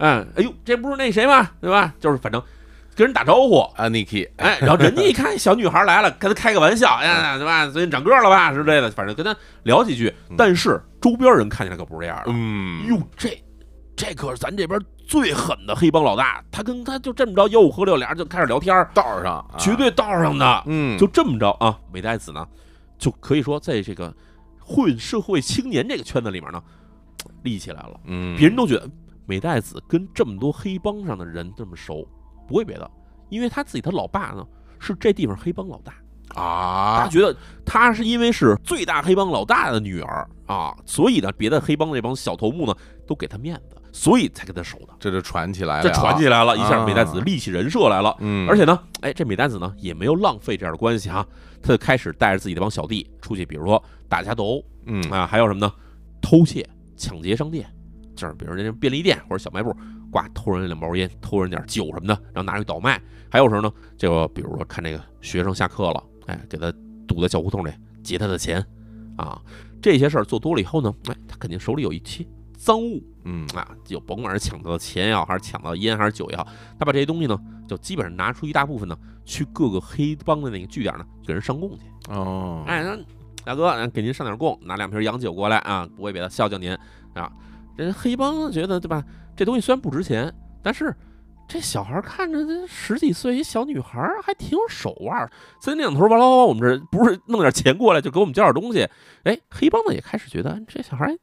A: 嗯，哎呦，这不是那谁吗？对吧？就是反正跟人打招呼。”
B: 啊，Niki，
A: 哎，然后人家一看小女孩来了，跟他开个玩笑，哎呀，对吧？最近长个儿了吧之类的，反正跟他聊几句
B: 嗯。
A: 但是周边人看起来可不是这样的，
B: 嗯，
A: 哟，这这可是咱这边最狠的黑帮老大，他跟他就这么着吆五喝六，俩人就开始聊天儿，
B: 道上啊
A: 绝，对道上的。
B: 嗯，
A: 就这么着啊，美代子呢，就可以说在这个混社会青年这个圈子里面呢，立起来了。
B: 嗯，
A: 别人都觉得美代子跟这么多黑帮上的人这么熟，不为别的，因为他自己他老爸呢是这地方黑帮老大，大家
B: 啊，
A: 觉得他是因为是最大黑帮老大的女儿啊，所以呢，别的黑帮那帮小头目呢都给他面子，所以才给他守的。
B: 这就传起来了，
A: 这传起，来了，一下
B: 哎啊
A: 美代子立起人设来了。
B: 嗯，
A: 而且呢，哎，这美代子呢也没有浪费这样的关系哈，他就开始带着自己这帮小弟出去，比如说打架斗殴
B: 嗯，
A: 啊，还有什么呢？偷窃、抢劫商店，就是比如人家便利店或者小卖部，呱偷人家两包烟，偷人点酒什么的，然后拿去倒卖。还有时候呢，这个比如说看这个学生下课了，哎，给他堵在小胡同里劫他的钱啊，这些事儿做多了以后呢，哎，他肯定手里有一些赃物，
B: 嗯，
A: 啊，就甭管是抢到的钱也好，还是抢到的烟还是酒也好，他把这些东西呢，就基本上拿出一大部分呢，去各个黑帮的那个据点呢，给人上供去。
B: 哦，
A: 哎，那大哥，呃给您上点供，拿两瓶洋酒过来啊，不为别的，孝敬您啊。人黑帮觉得对吧？这东西虽然不值钱，但是这小孩看着这十几岁一小女孩儿还挺有手腕儿，三天两头儿哇啦哇啦，我们这不是弄点钱过来就给我们交点东西。哎，黑帮呢也开始觉得哎这小孩儿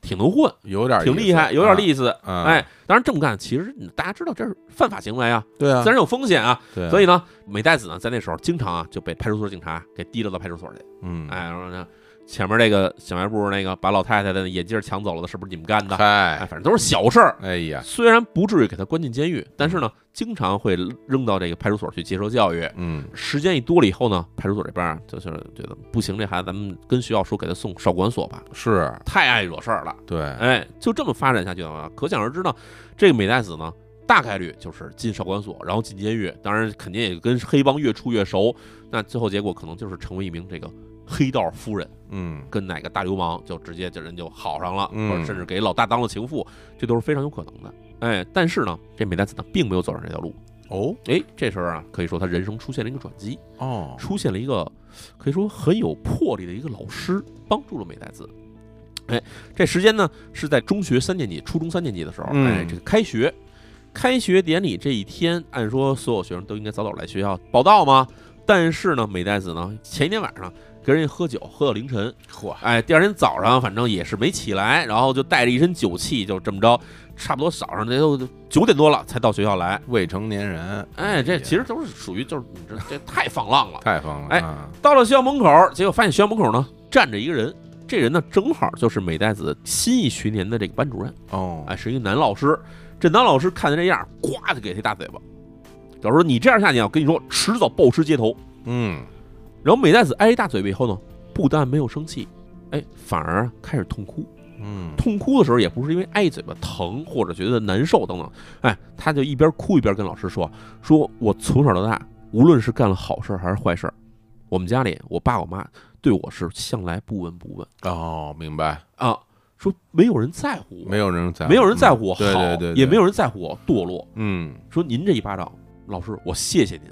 A: 挺能混，
B: 有点，
A: 挺厉害，有点
B: 思
A: 意思。
B: 啊，
A: 哎，当然这么干，其实大家知道这是犯法行为啊，
B: 对啊
A: 自，然有风险啊。
B: 对啊，
A: 所
B: 以，
A: 以呢，美代子呢，在那时候经常啊就被派出所警察给提溜到派出所去，
B: 嗯，
A: 哎，然后呢，前面这个小卖部那个把老太太的眼镜抢走了的，是不是你们干的？哎，
B: 嗨，
A: 反正都是小事儿。
B: 哎呀，
A: 虽然不至于给他关进监狱，但是呢，经常会扔到这个派出所去接受教育。
B: 嗯，
A: 时间一多了以后呢，派出所这边儿就是觉得不行，这孩子咱们跟学校说给他送少管所吧，
B: 是
A: 太爱惹事儿了。
B: 对，
A: 哎，就这么发展下去的话，可想而知呢，这个美代子呢，大概率就是进少管所，然后进监狱，当然肯定也跟黑帮越处越熟，那最后结果可能就是成为一名这个黑道夫人，
B: 嗯，
A: 跟哪个大流氓就直接这人就好上了，
B: 嗯
A: 或者甚至给老大当了情妇，这都是非常有可能的。哎，但是呢，这美代子呢，并没有走上这条路。
B: 哦
A: 哎，这时候啊，可以说他人生出现了一个转机，
B: 哦，
A: 出现了一个可以说很有魄力的一个老师，帮助了美代子。哎，这时间呢是在中学三年级、初中三年级的时候，
B: 嗯
A: 哎，这个开学，开学典礼这一天，按说所有学生都应该早早来学校报到嘛。但是呢，美代子呢前一天晚上跟人家喝酒，喝到凌晨，
B: 嚯，
A: 哎，第二天早上反正也是没起来，然后就带着一身酒气，就这么着，差不多早上这都九点多了才到学校来。
B: 未成年人，
A: 哎，这
B: 呀
A: 其实都是属于就是你这这太放浪了，
B: 太疯了，
A: 哎
B: 啊，
A: 到了学校门口，结果发现学校门口呢站着一个人，这人呢正好就是美代子新一学年的这个班主任，
B: 哦，
A: 哎，是一个男老师。这男老师看他这样，呱就给他一大嘴巴，老师说你这样下去啊，我跟你说迟早暴尸街头。
B: 嗯，
A: 然后美代子挨一大嘴巴以后呢，不但没有生气，哎，反而啊开始痛哭。
B: 嗯，
A: 痛哭的时候也不是因为挨一嘴巴疼或者觉得难受等等，哎，他就一边哭一边跟老师说：“说我从小到大，无论是干了好事儿还是坏事儿，我们家里我爸我妈对我是向来不闻不问
B: 哦，明白，
A: 啊，说没有人在乎我，
B: 没有人在，嗯
A: 没有人在乎我好，
B: 对对对，对
A: 也没，有人在乎我堕落。
B: 嗯，
A: 说您这一巴掌，老师，我谢谢您。”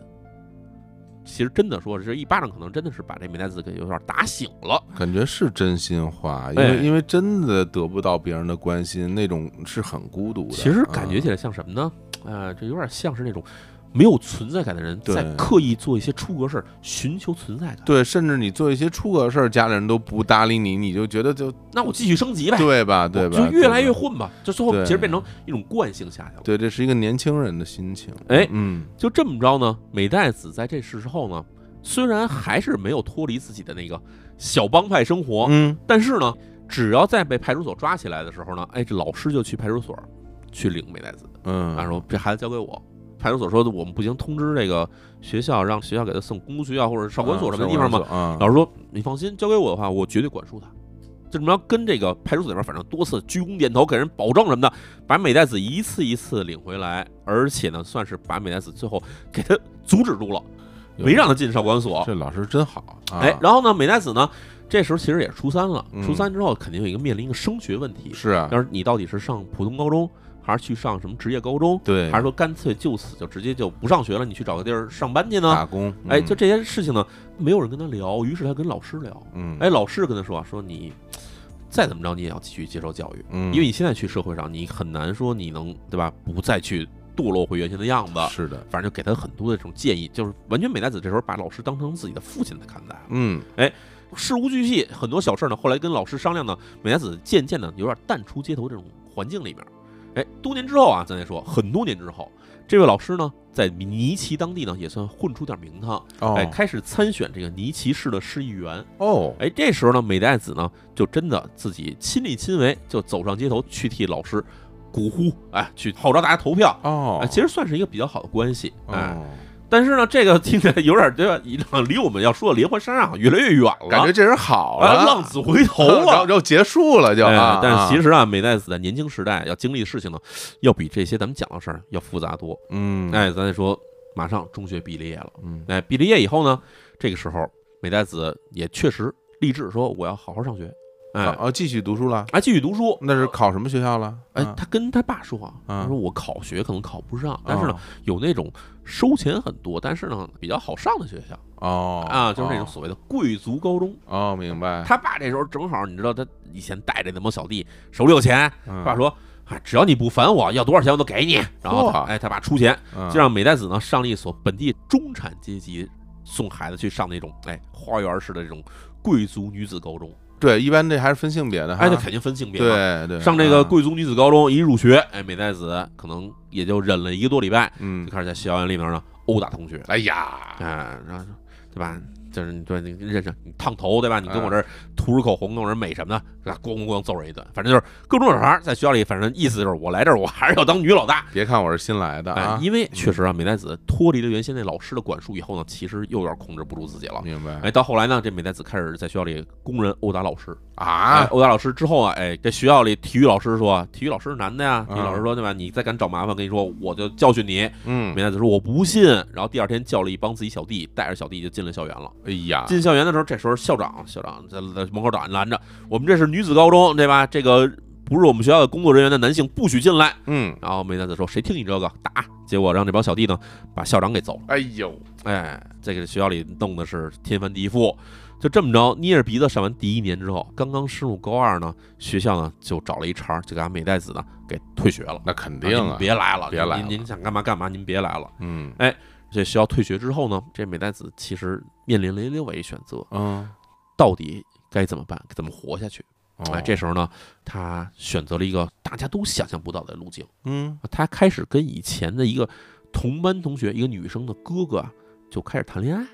A: 其实真的说，这一巴掌可能真的是把这美代子给有点打醒了。
B: 感觉是真心话，因
A: 哎
B: 为因为真的得不到别人的关心，那种是很孤独的。啊
A: 其实感觉起
B: 来，
A: 来像什么呢？呃，这有点像是那种没有存在感的人
B: 对
A: 在刻意做一些出格事儿，寻求存在感。，
B: 对，甚至你做一些出格事儿，家里人都不搭理你，你就觉得就
A: 那我继续升级呗，
B: 对吧？对
A: 我
B: 吧？
A: 就越来
B: 对
A: 越
B: 吧
A: 混吧，就最后
B: 对
A: 其实变成一种惯性下去了。
B: 对，这是一个年轻人的心情。
A: 哎
B: 嗯，
A: 就这么着呢，美代子在这事之后呢，虽然还是没有脱离自己的那个小帮派生活，
B: 嗯，
A: 但是呢，只要再被派出所抓起来的时候呢，哎，这老师就去派出所去领美代子。
B: 嗯，
A: 他说这孩子交给我。派出所说我们不行，通知这个学校，让学校给他送公学校或者少管
B: 嗯啊
A: 所什么地方嘛。
B: 嘛
A: 老师说你放心，交给我的话，我绝对管束他。就这么着跟这个派出所那边，反正多次鞠躬点头，给人保证什么的，把美代子一次一次领回来，而且呢，算是把美代子最后给他阻止住了，没让他进少管所。
B: 这老师真好。啊
A: 哎，然后呢，美代子呢，这时候其实也是初三了，
B: 嗯
A: 初三之后肯定有一个面临一个升学问题，
B: 是啊，
A: 要是你到底是上普通高中，还是去上什么职业高中，
B: 对，
A: 还是说干脆就此就直接就不上学了，你去找个地儿上班去呢？
B: 打工。
A: 哎，
B: 嗯
A: 就这些事情呢，没有人跟他聊，于是他跟老师聊。
B: 嗯，
A: 哎，老师跟他说啊，说你再怎么着你也要继续接受教育，
B: 嗯，
A: 因为你现在去社会上，你很难说你能对吧，不再去堕落回原先的样子。
B: 是的，
A: 反正就给他很多的这种建议，就是完全美代子这时候把老师当成自己的父亲在看待了，
B: 嗯，
A: 事无巨细，很多小事呢，后来跟老师商量呢，美代子渐渐的有点淡出街头这种环境里面。哎，多年之后啊，咱再说，很多年之后，这位老师呢，在尼奇当地呢，也算混出点名堂，
B: 哦
A: 哎，开始参选这个尼奇市的市议员。
B: 哦，
A: 哎，这时候呢，美代子呢，就真的自己亲力亲为，就走上街头去替老师鼓呼，哎，去号召大家投票。
B: 哦
A: 哎，，其实算是一个比较好的关系，哎，
B: 哦
A: 但是呢，这个听起来有点对吧？离我们要说的连环杀人案好像越来越远了，
B: 感觉这人好
A: 啊，
B: 了，
A: 浪子回头
B: 然后
A: 了。
B: 就结束了就
A: 哎
B: 啊。
A: 但是其
B: 实，
A: 实啊，美代子在年轻时代要经历的事情呢，要比这些咱们讲的事儿要复杂多。
B: 嗯，
A: 哎，咱再说，马上中学毕了业了，
B: 嗯，
A: 哎，毕了业以后呢，这个时候美代子也确实立志说我要好好上学，哎，
B: 哦，继续读书了，
A: 还继续读书。
B: 那是考什么学校了？
A: 哎
B: 啊，
A: 他跟他爸说啊，他
B: 嗯
A: 说我考学可能考不上，但是呢
B: 哦，，
A: 有那种收钱很多，但是呢比较好上的学校
B: 哦
A: 啊，就是那种所谓的贵族高中。
B: 哦，哦明白。
A: 他爸这时候正好，你知道他以前带着那帮小弟手里有钱，
B: 嗯
A: 爸说：“啊，只要你不烦我，要多少钱我都给你。”然后他
B: 嚯
A: 哎，他爸出钱，
B: 嗯
A: 就让美代子呢上了一所本地中产阶级送孩子去上那种哎花园式的这种贵族女子高中。
B: 对，一般这还是分性别的哈，
A: 哎，那肯定分性别嘛。
B: 啊对对，
A: 上这个
B: 啊，
A: 贵族女子高中一入学，哎，美代子可能也就忍了一个多礼拜，就
B: 嗯，
A: 开始在校园里面呢殴打同学。
B: 哎呀，
A: 哎，然后对吧？就是你对你认识你烫头对吧？你跟我这儿涂着口红，弄人美什么的，啊咣咣咣揍人一顿，反正就是各种找茬儿。在学校里，反正意思就是我来这儿，我还是要当女老大。
B: 别看我是新来的
A: 哎
B: 啊，，
A: 因为确实啊，美代子脱离了原先那老师的管束以后呢，其实又有点控制不住自己了。
B: 明白
A: 哎，到后来呢，这美代子开始在学校里公然殴打老师哎
B: 啊？
A: 殴打老师之后啊，哎，这学校里体育老师说，体育老师是男的呀。体育
B: 嗯
A: 老师说，对吧？你再敢找麻烦，跟你说我就教训你。
B: 嗯，
A: 美代子说我不信，然后第二天叫了一帮自己小弟，带着小弟就进了校园了。
B: 哎呀，
A: 进校园的时候，这时候校长校长在在门口挡拦着，我们这是女子高中，对吧？这个不是我们学校的工作人员的男性不许进来。啊
B: 嗯，
A: 然后美代子说谁听你这个打，结果让这帮小弟呢把校长给揍了。
B: 哎呦，
A: 哎，这个学校里弄的是天翻地覆。就这么着，捏着鼻子上完第一年之后，刚刚升入高二呢，学校呢就找了一茬儿，就给俺美代子呢给退学了。
B: 那肯
A: 啊
B: 定
A: 您
B: 啊，
A: 别来了，
B: 别来了
A: 您您想干嘛干嘛，您别来了。
B: 嗯
A: 这学校退学之后呢，这美代子其实面临了另外一选择，
B: 嗯，
A: 到底该怎么办，怎么活下去？
B: 哦
A: 哎，这时候呢，他选择了一个大家都想象不到的路径，啊
B: 嗯
A: 他开始跟以前的一个同班同学，一个女生的哥哥啊，就开始谈恋爱。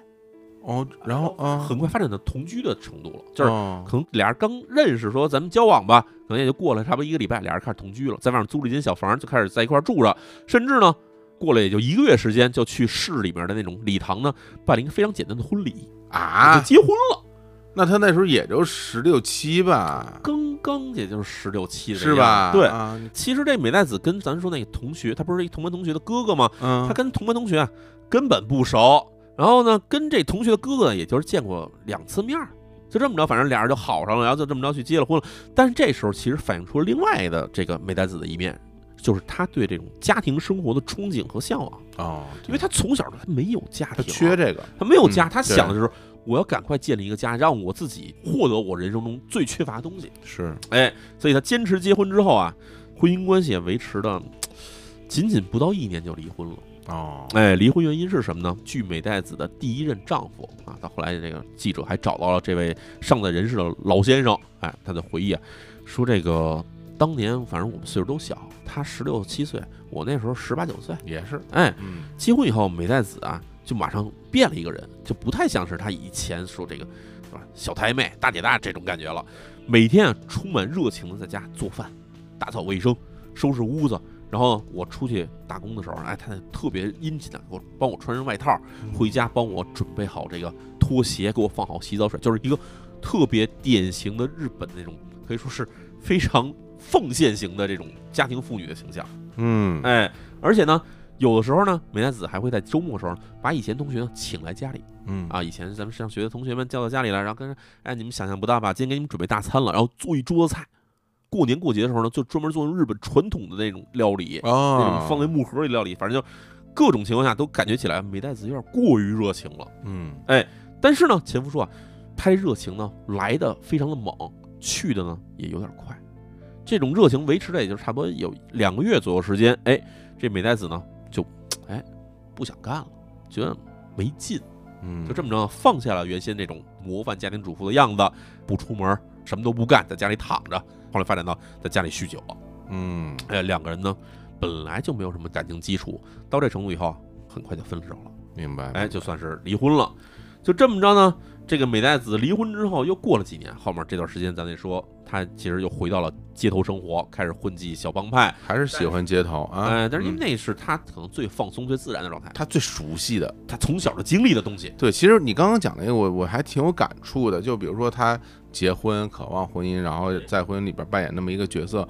B: 哦，然后啊，
A: 很快发展到同居的程度了，就是
B: 哦
A: 可能俩人刚认识，说咱们交往吧，可能也就过了差不多一个礼拜，俩人开始同居了，在外面租了一间小房，就开始在一块儿住着，甚至呢，过了也就一个月时间，就去市里面的那种礼堂呢办了一个非常简单的婚礼，就
B: 啊，
A: 结婚了，
B: 那他那时候也就十六七吧，
A: 刚刚也就是十六七的
B: 是
A: 样子
B: 吧？
A: 对。
B: 啊你
A: 其实这美代子跟咱说那个同学，他不是一同班同学的哥哥吗？
B: 嗯，
A: 他跟同班同学啊根本不熟，然后呢，跟这同学的哥哥也就是见过两次面儿，就这么着，反正俩人就好上了，然后就这么着去结了婚了。但是这时候其实反映出了另外的这个美代子的一面，就是他对这种家庭生活的憧憬和向往，
B: 哦，
A: 因为他从小他没有家
B: 他
A: 庭啊，
B: 缺这个，
A: 他没有家，
B: 嗯
A: 他想的就是我要赶快建立一个家，让我自己获得我人生中最缺乏的东西。
B: 是
A: 哎，所以他坚持结婚之后啊，婚姻关系也维持的仅仅不到一年就离婚了。
B: 哦，
A: 哎，离婚原因是什么呢？据美代子的第一任丈夫啊，到后来这个记者还找到了这位尚在人世的老先生，哎，他的回忆啊，说这个当年反正我们岁数都小，他十六七岁，我那时候十八九岁，
B: 也是，
A: 哎，
B: 嗯，
A: 结婚以后美代子啊就马上变了一个人，就不太像是他以前说这个是吧小太妹、大姐大这种感觉了，每天啊充满热情的在家做饭、打扫卫生、收拾屋子。然后我出去打工的时候，哎，他特别殷勤的给我帮我穿上外套，回家帮我准备好这个拖鞋，给我放好洗澡水，就是一个特别典型的日本那种，可以说是非常奉献型的这种家庭妇女的形象。
B: 嗯，
A: 哎，而且呢，有的时候呢，美奈子还会在周末的时候把以前同学呢请来家里
B: 嗯
A: 啊，以前咱们上学的同学们叫到家里来，然后跟人，哎，你们想象不到吧，今天给你们准备大餐了，然后做一桌子菜。过年过节的时候呢，就专门做日本传统的那种料理，那
B: 哦
A: 种，放在木盒里料理，反正就各种情况下都感觉起来美代子有点过于热情了。
B: 嗯
A: 但是呢，前夫说啊，他这热情呢来的非常的猛，去的呢也有点快。这种热情维持了也就差不多有两个月左右时间，哎，这美代子呢就哎不想干了，觉得没劲，
B: 嗯，
A: 就这么着放下了原先这种模范家庭主妇的样子，不出门，什么都不干，在家里躺着。后来发展到在家里酗酒，
B: 嗯，
A: 哎，两个人呢本来就没有什么感情基础，到这程度以后啊，很快就分手了。
B: 明白，
A: 哎，就算是离婚了。就这么着呢，这个美代子离婚之后又过了几年，后面这段时间咱得说，她其实又回到了街头生活，开始混迹小帮派。
B: 还是喜欢街头啊，
A: 哎，但是因为
B: 嗯
A: 那是她可能最放松、最自然的状态，
B: 他最熟悉的，
A: 她从小就经历的东西。
B: 对，其实你刚刚讲那个，我我还挺有感触的。就比如说他结婚，渴望婚姻，然后在婚姻里边扮演那么一个角色，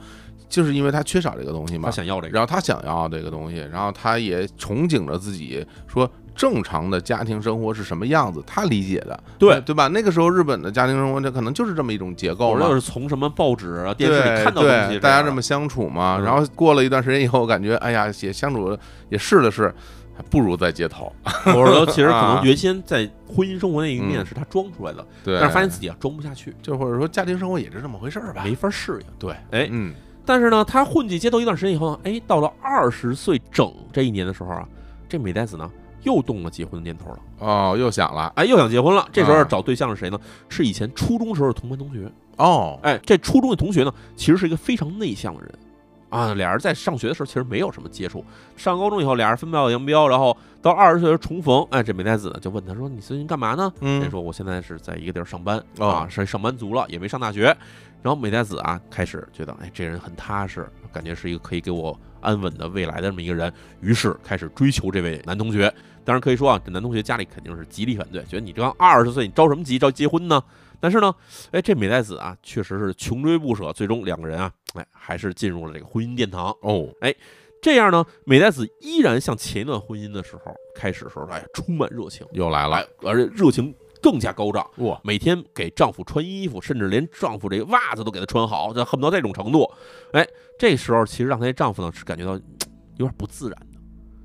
B: 就是因为他缺少这个东西
A: 她
B: 嘛。
A: 想要这个，
B: 然后他想要这个东西，然后他也憧憬着自己说正常的家庭生活是什么样子，他理解的，
A: 对
B: 对吧？那个时候日本的家庭生活，它可能就是这么一种结构
A: 我就
B: 了。
A: 是从什么报纸啊、
B: 对
A: 电视里看到的东西，
B: 对，大家这么相处嘛。
A: 嗯
B: 然后过了一段时间以后，我感觉哎呀，也相处了也试了试，还不如在街头。
A: 样，我说其实可
B: 啊
A: 能原先在婚姻生活那一面
B: 嗯
A: 是她装出来的，
B: 对，
A: 但是发现自己啊装不下去，
B: 就或者说家庭生活也是这么回事儿吧。
A: 没法适应。
B: 对，
A: 哎，
B: 嗯，
A: 但是呢，他混迹街头一段时间以后呢，哎，到了二十岁整这一年的时候啊，这美代子呢又动了结婚的念头了，
B: 哦，又想了，
A: 哎，又想结婚了。这时
B: 啊
A: 候找对象是谁呢？是以前初中时候的同班同学。
B: 哦，
A: 哎，这初中的同学呢，其实是一个非常内向的人，啊，俩人在上学的时候其实没有什么接触，上高中以后俩人分道扬镳，然后到二十岁时重逢，哎，这美代子呢就问他说：“你最近干嘛呢？”
B: 嗯
A: 人说：“我现在是在一个地儿上班
B: 哦
A: 啊，是上班族了，也没上大学。”然后美代子啊开始觉得，哎，这人很踏实，感觉是一个可以给我安稳的未来的这么一个人，于是开始追求这位男同学。当然可以说啊，这男同学家里肯定是极力反对，觉得你这刚二十岁，你着什么急着结婚呢？但是呢，哎，这美代子啊，确实是穷追不舍，最终两个人啊，哎，还是进入了这个婚姻殿堂。哎
B: 哦，
A: 这样呢，美代子依然像前一段婚姻的时候开始的时候，哎，充满热情，
B: 又来了
A: 哎，而且热情更加高涨，
B: 哇，
A: 每天给丈夫穿衣服，甚至连丈夫这个袜子都给他穿好，这恨不得这种程度。哎，这时候其实让她这丈夫呢是感觉到嘖有点不自然的，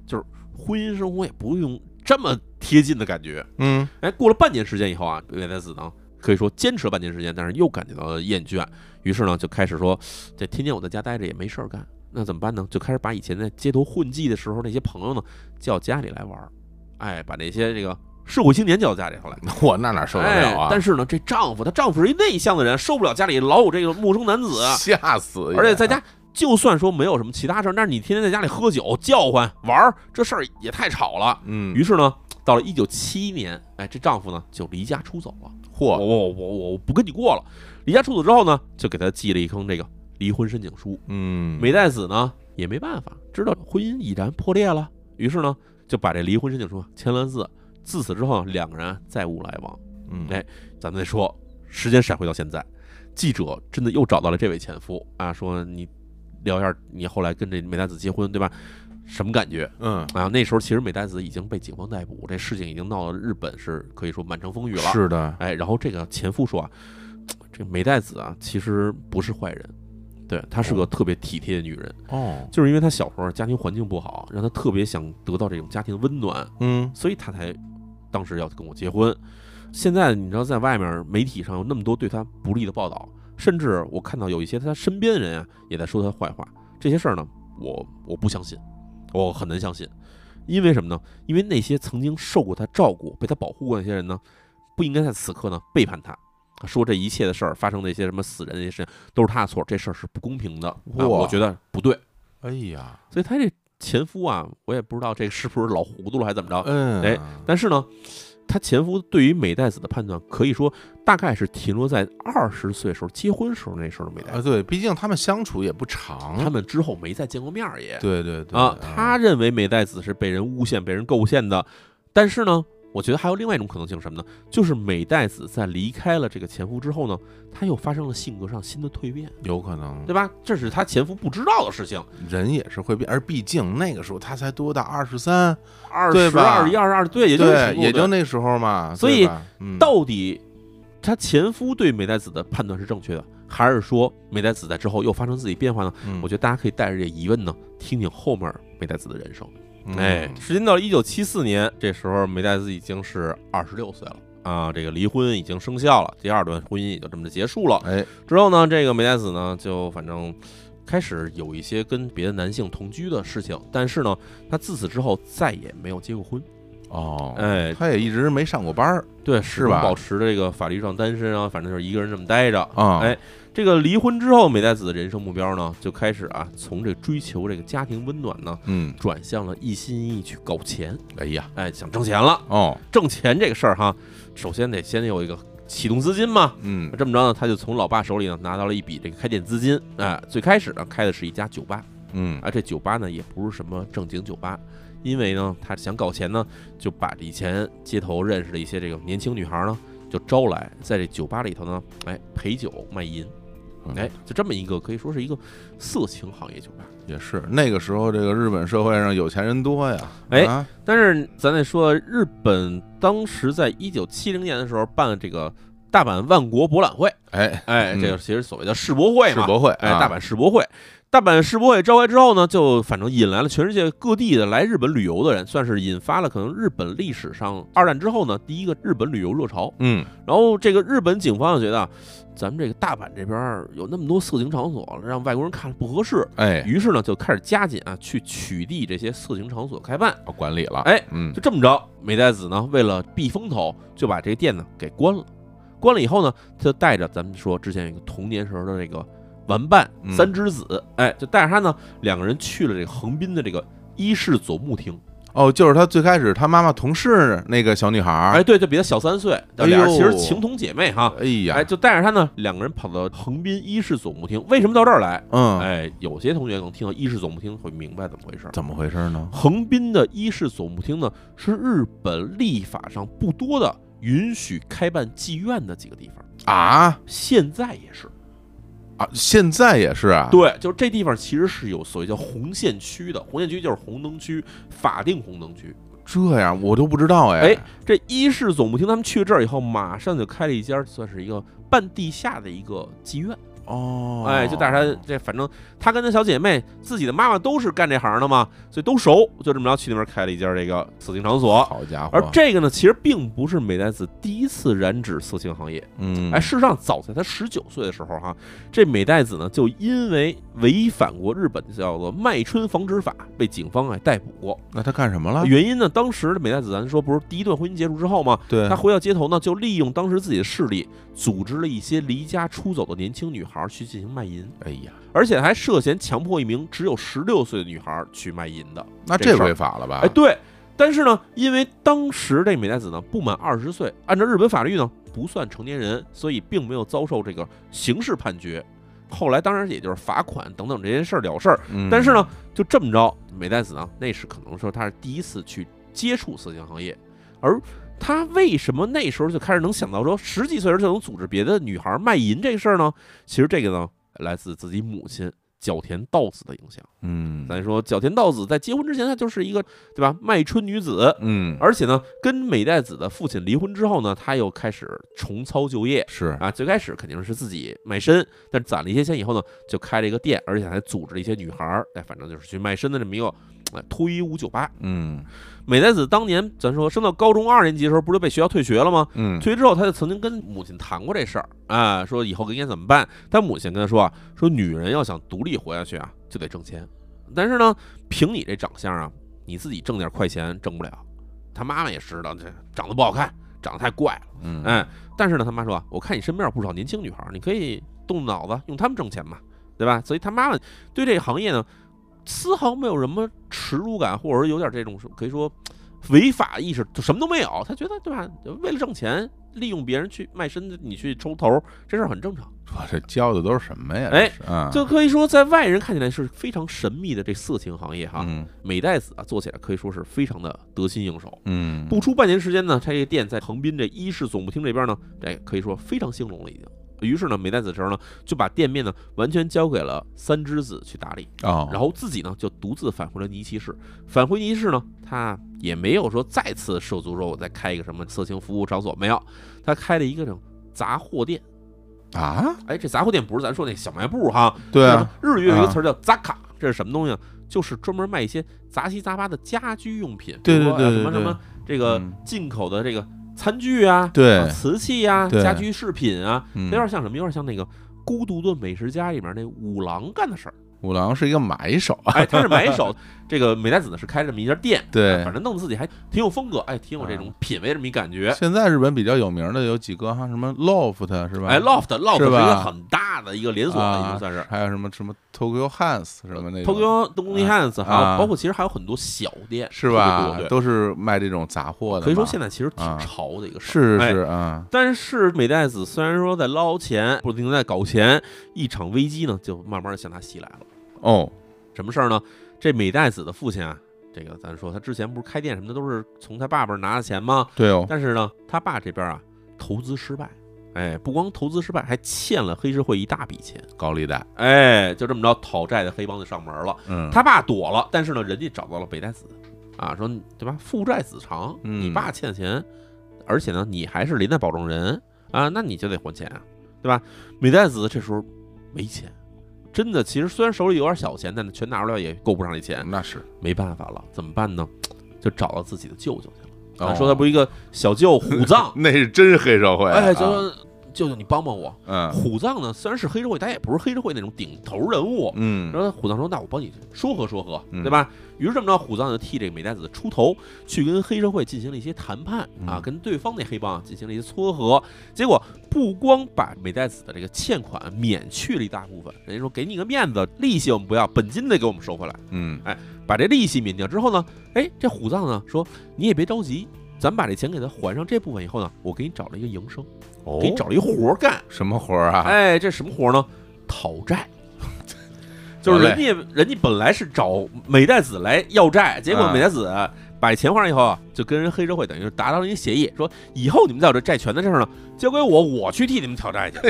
A: 就是婚姻生活也不用这么贴近的感觉。
B: 嗯，
A: 哎，过了半年时间以后啊，美代子呢可以说坚持了半年时间，但是又感觉到了厌倦，于是呢就开始说，这天天我在家待着也没事儿干，那怎么办呢？就开始把以前在街头混迹的时候那些朋友呢叫家里来玩儿，哎，把那些这个社会青年叫到家里头来。
B: 我那哪受得了啊？
A: 哎！但是呢，这丈夫她丈夫是一内向的人，受不了家里老有这个陌生男子，
B: 吓死也！
A: 啊而且在家就算说没有什么其他事儿，但是你天天在家里喝酒、叫唤、玩儿，这事儿也太吵了。
B: 嗯，
A: 于是呢，到了一九七一年，哎，这丈夫呢就离家出走了。我我
B: 嚯，
A: 我我我不跟你过了。离家出走之后呢，就给他寄了一封这个离婚申请书。
B: 嗯，
A: 美代子呢也没办法，知道婚姻已然破裂了，于是呢就把这离婚申请书签了字。自此之后，两个人再无来往。
B: 嗯，
A: 哎咱们再说，时间闪回到现在，记者真的又找到了这位前夫啊，说你聊一下你后来跟这美代子结婚对吧？什么感觉？
B: 嗯，
A: 啊，那时候其实美代子已经被警方逮捕，这事情已经闹到日本是可以说满城风雨了。，
B: 是的，
A: 哎，然后这个前夫说啊，这个美代子啊其实不是坏人，对她是个特别体贴的女人，
B: 哦，
A: 就是因为她小时候家庭环境不好，让她特别想得到这种家庭温暖，
B: 嗯，
A: 所以她才当时要跟我结婚。现在你知道，在外面媒体上有那么多对她不利的报道，甚至我看到有一些她身边的人啊也在说她坏话，这些事儿呢，我我不相信，我很难相信，因为什么呢？因为那些曾经受过她照顾、被她保护过的那些人呢，不应该在此刻呢背叛她。说这一切的事儿发生的一些什么死人的一些事情都是她的错，这事儿是不公平的，啊、
B: 哇
A: 我觉得不对。
B: 哎呀，
A: 所以她这前夫啊，我也不知道这是不是老糊涂了还是怎么着，
B: 嗯，
A: 哎
B: 哎，
A: 但是呢，她前夫对于美代子的判断，可以说大概是停留在二十岁时候结婚时候那时候的美代
B: 啊，
A: 子，
B: 对，毕竟他们相处也不长，
A: 他们之后没再见过面儿也。
B: 嗯对对对嗯
A: 啊，他认为美代子是被人诬陷、被人构陷的，但是呢，我觉得还有另外一种可能性是什么呢？就是美代子在离开了这个前夫之后呢，她又发生了性格上新的蜕变，
B: 有可能
A: 对吧？这是她前夫不知道的事情。
B: 人也是会变，而毕竟那个时候他才多大，二十三，
A: 二
B: 对
A: 十、
B: 吧
A: 二一、二十二，对，也就是
B: 对，
A: 15
B: 也
A: 对
B: 就那时候嘛，
A: 所
B: 对
A: 以
B: 吧嗯
A: 到底她前夫对美代子的判断是正确的，还是说美代子在之后又发生自己变化呢？
B: 嗯
A: 我觉得大家可以带着这疑问呢，听听后面美代子的人生。
B: 嗯
A: 哎，时间到了一九七四年，这时候梅代子已经是二十六岁了啊，这个离婚已经生效了，第二段婚姻也就这么着结束了。
B: 哎，
A: 之后呢，这个梅代子呢，就反正开始有一些跟别的男性同居的事情，但是呢，她自此之后再也没有结过婚。
B: 哦，
A: 哎，
B: 他也一直没上过班儿
A: 对，始终
B: 吧
A: 保持着这个法律上单身啊，反正就是一个人这么待着。
B: 啊，
A: 哎这个离婚之后，美代子的人生目标呢，就开始啊，从这追求这个家庭温暖呢，
B: 嗯，
A: 转向了一心一意去搞钱。
B: 哎呀，
A: 哎，想挣钱了。
B: 哦，
A: 挣钱这个事儿哈，首先得先有一个启动资金嘛。
B: 嗯
A: 这么着呢，他就从老爸手里呢拿到了一笔这个开店资金。哎、最开始呢开的是一家酒吧，
B: 嗯，
A: 啊，这酒吧呢也不是什么正经酒吧，因为呢他想搞钱呢，就把以前街头认识的一些这个年轻女孩呢就招来，在这酒吧里头呢，哎陪酒卖淫，
B: 嗯
A: 哎，就这么一个可以说是一个色情行业酒吧。
B: 也是那个时候，这个日本社会上有钱人多呀，
A: 哎
B: 啊
A: 但是咱得说，日本当时在一九七零年的时候办这个大阪万国博览会，
B: 哎，
A: 哎，
B: 嗯
A: 这个其实所谓的世博会
B: 世
A: 嘛，
B: 博会，
A: 哎，
B: 啊
A: 大阪世博会，大阪世博会召开之后呢，就反正引来了全世界各地的来日本旅游的人，算是引发了可能日本历史上二战之后呢第一个日本旅游热潮。
B: 嗯，
A: 然后这个日本警方就觉得啊，咱们这个大阪这边儿有那么多色情场所，让外国人看了不合适，
B: 哎，
A: 于是呢就开始加紧啊去取缔这些色情场所开办。
B: 要管理了，
A: 哎，
B: 嗯
A: 就，这么着，美代子呢，为了避风头，就把这个店呢给关了。关了以后呢，他就带着咱们说之前有一个童年时候的这个完伴
B: 嗯
A: 三之子，哎，就带着他呢，两个人去了这个横滨的这个伊势佐木町，
B: 哦，就是他最开始他妈妈同事那个小女孩儿
A: 哎，，对，就比他小三岁，
B: 哎呦
A: 俩人其实情同姐妹哈，
B: 哎
A: 哎，
B: 呀，
A: 就带着他呢，两个人跑到横滨伊势佐木町，为什么到这儿来？
B: 嗯，
A: 哎，有些同学可能听到伊势佐木町会明白怎么回事儿。
B: 怎么回事呢？
A: 横滨的伊势佐木町呢，是日本立法上不多的允许开办妓院的几个地方，
B: 啊
A: 现在也是。
B: 啊，现在也是啊，
A: 对，就是这地方其实是有所谓叫红线区的，红线区就是红灯区，法定红灯区。
B: 这样我都不知道哎
A: 哎，这伊势总部厅他们去了这儿以后，马上就开了一家算是一个半地下的一个妓院。
B: 哦，
A: 哎，就带着他这，反正他跟他小姐妹自己的妈妈都是干这行的嘛，所以都熟，就这么着去那边开了一家这个色情场所。
B: 好家伙，
A: 而这个呢，其实并不是美代子第一次染指色情行业。
B: 嗯，
A: 哎，事实上，早在他十九岁的时候，哈，这美代子呢就因为违反过日本叫做《卖春防止法》，被警方哎逮捕过。
B: 那他干什么了？
A: 原因呢，当时的美代子咱说不是第一段婚姻结束之后吗？
B: 对
A: 她，回到街头呢，就利用当时自己的势力，组织了一些离家出走的年轻女孩去进行卖淫，
B: 哎呀，
A: 而且还涉嫌强迫一名只有十六岁的女孩去卖淫的。
B: 那
A: 这
B: 这
A: 事儿
B: 违法了吧？
A: 哎，对，但是呢，因为当时这美代子呢不满二十岁，按照日本法律呢不算成年人，所以并没有遭受这个刑事判决。后来当然也就是罚款等等这些事儿了事儿。
B: 嗯
A: 但是呢，就这么着，美代子呢那是可能说她是第一次去接触色情行业，而她为什么那时候就开始能想到说十几岁时候就能组织别的女孩卖淫这事儿呢？其实这个呢来自自己母亲角田道子的影响。
B: 嗯
A: 咱说角田道子在结婚之前，她就是一个对吧卖春女子，
B: 嗯，
A: 而且呢，跟美代子的父亲离婚之后呢，她又开始重操旧业
B: 是
A: 啊。最开始肯定是自己卖身，但攒了一些钱以后呢，就开了一个店，而且还组织了一些女孩儿，哎，反正就是去卖身的这么一个哎脱衣舞酒吧。
B: 嗯
A: 美代子当年咱说升到高中二年级的时候，不是就被学校退学了吗？
B: 嗯，
A: 退学之后，他就曾经跟母亲谈过这事儿啊，说以后应该怎么办。他母亲跟他说啊，说女人要想独立活下去啊，就得挣钱。但是呢，凭你这长相啊，你自己挣点快钱挣不了。他妈妈也知道，这长得不好看，长得太怪了，
B: 嗯
A: 哎。但是呢，他妈说啊，我看你身边有不少年轻女孩儿，你可以动动脑子，用她们挣钱嘛，对吧？所以他妈妈对这个行业呢，丝毫没有什么耻辱感，或者说有点这种可以说违法意识，就什么都没有。他觉得对吧？为了挣钱，利用别人去卖身，你去抽头，这事儿很正常。
B: 我这教的都是什么呀？
A: 哎
B: 这是，啊
A: 就可以说，在外人看起来是非常神秘的这色情行业哈。
B: 嗯
A: 美代子啊，做起来可以说是非常的得心应手。
B: 嗯，
A: 不出半年时间呢，这个店在横滨这伊势总部厅这边呢，这可以说非常兴隆了已经。于是呢，美代子这时候呢，就把店面呢完全交给了三之子去打理。
B: 哦，
A: 然后自己呢就独自返回了尼奇市。返回尼奇市呢，他也没有说再次涉足说我再开一个什么色情服务场所，没有，他开了一个这种杂货店。
B: 啊，
A: 哎，这杂货店不是咱说那小卖部哈，
B: 对啊，
A: 就是日语有一个
B: 啊
A: 词儿叫“杂卡”，这是什么东西啊？就是专门卖一些杂七杂八的家居用品，
B: 对
A: 比如说啊
B: 对对
A: 什么
B: 对
A: 什么这个
B: 嗯
A: 进口的这个餐具啊，
B: 对
A: 啊瓷器啊，
B: 对
A: 家居饰品啊，
B: 嗯
A: 有点像什么？有点像那个《孤独的美食家》里面那五郎干 的事儿。
B: 五郎是一个买手 啊，
A: 哎，他是买手，这个美代子呢是开这么一家店，哎
B: 对
A: 反正弄得自己还挺有风格，哎，挺有这
B: 啊
A: 种品味这么一感觉。
B: 现在日本比较有名的有几个哈，什么 Loft 是吧？
A: 哎，Loft Loft 是
B: 是
A: 一
B: 吧
A: 个很大的一个连锁了，已经
B: 啊
A: 算是。
B: 还有什么什么 Tokyo Hans 什么那种
A: Tokyo d o n l y Hands，还有
B: 啊
A: 包括其实还有很多小店，
B: 是
A: 特
B: 吧
A: 别？多
B: 都是卖这种杂货
A: 对，
B: 的嘛，
A: 可以说现在其实挺
B: 啊
A: 潮的一个事儿。
B: 是
A: 哎
B: 是啊，
A: 但是美代子虽然说在捞钱，不停地在搞钱，一场危机呢就慢慢的向他袭来了。
B: 哦，
A: 什么事儿呢？这美代子的父亲啊，这个咱说他之前不是开店什么的都是从他爸爸拿的钱吗？
B: 对哦，
A: 但是呢，他爸这边啊，投资失败，哎，不光投资失败，还欠了黑社会一大笔钱，
B: 高利贷，
A: 哎，就这么着讨债的黑帮就上门了。
B: 嗯，
A: 他爸躲了，但是呢，人家找到了北代子，啊，说你对吧，父债子偿，
B: 嗯
A: 你爸欠钱，而且呢，你还是连带保证人啊，那你就得还钱啊，对吧？美代子这时候没钱。真的，其实虽然手里有点小钱，但是全拿出来也够不上这钱，
B: 那是，
A: 没办法了，怎么办呢？就找到自己的舅舅去了。啊
B: 哦
A: 说他不是一个小舅虎藏，
B: 那是真黑社会啊，
A: 哎，就说舅舅你帮帮我。
B: 嗯
A: 虎藏呢虽然是黑社会，但也不是黑社会那种顶头人物。
B: 嗯
A: 然后虎藏说：“那我帮你说和说和，
B: 嗯
A: 对吧？”于是这么着，虎藏就替这个美代子出头，去跟黑社会进行了一些谈判啊，
B: 嗯
A: 跟对方那黑帮进行了一些撮合。结果不光把美代子的这个欠款免去了一大部分，人家说给你个面子，利息我们不要，本金得给我们收回来。
B: 嗯
A: 把这利息免掉之后呢，哎，这虎藏呢说你也别着急，咱把这钱给他还上这部分以后呢，我给你找了一个营生，
B: 哦
A: 给你找了一活儿干。
B: 什么活儿啊？
A: 哎，这什么活儿呢？讨 债。就是人家人家本来是找美代子来要债，结果
B: 啊
A: 美代子把钱还上以后啊，就跟人黑社会等于是达到了一个协议，说以后你们在有这债权的事儿呢，交给我，我去替你们讨债
B: 啊
A: 去。
C: 哎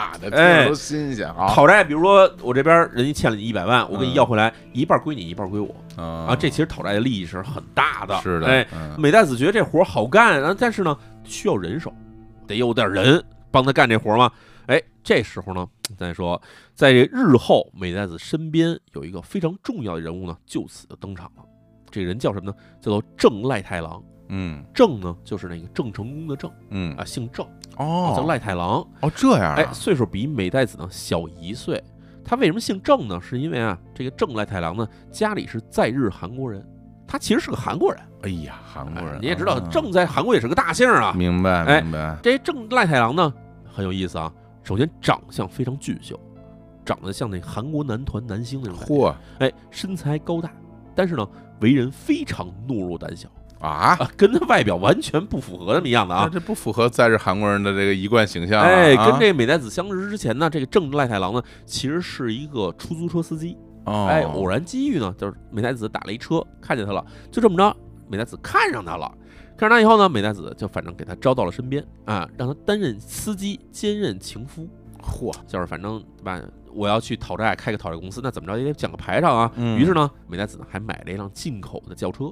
C: 呀，那听
A: 哎
C: 着都新鲜啊！
A: 讨债，比如说我这边儿人家欠了你一百万，我给你
B: 嗯
A: 要回来，一半儿归你，一半儿归我。
B: 啊
A: 啊，这其实讨债的利益是很大的。
B: 是的，
A: 哎，
B: 嗯
A: 美代子觉得这活儿好干，然后但是呢，需要人手，得有点人帮他干这活儿嘛。哎，这时候呢，再说，在这日后，美代子身边有一个非常重要的人物呢，就此就登场了。这个人叫什么呢？叫做郑赖太郎。
B: 嗯
A: 郑呢，就是那个郑成功的郑
B: 嗯
A: 啊，姓郑，叫
B: 哦
A: 赖太郎。
B: 哦这样
A: 哎，
B: 啊，
A: 岁数比美代子呢小一岁。他为什么姓郑呢？是因为啊，这个郑赖太郎呢，家里是在日韩国人，他其实是个韩国人。
B: 哎呀，韩国
A: 哎
B: 人
A: 你也知道，
B: 啊嗯
A: 郑在韩国也是个大姓儿啊。
B: 明白
A: 哎
B: 明白，
A: 这郑赖太郎呢，很有意思啊。首先长相非常俊秀，长得像那韩国男团男星那种感觉，
B: 嚯
A: 哎，身材高大，但是呢，为人非常懦弱胆小
B: 啊！
A: 啊，跟他外表完全不符合那么样的
B: 那
A: 啊。
B: 这不符合在日韩国人的这个一贯形象啊。
A: 哎，跟
B: 啊
A: 这美代子相识之前呢，这个郑赖太郎呢，其实是一个出租车司机。
B: 哦
A: 哎，偶然机遇呢，就是美代子打了一车，看见他了，就这么着，美代子看上他了，看上他以后呢，美代子就反正给他招到了身边啊，让他担任司机，兼任情夫，
B: 嚯，
A: 就是反正对吧？我要去讨债，开个讨债公司，那怎么着也得讲个排场啊。
B: 嗯
A: 于是呢，美代子呢还买了一辆进口的轿车，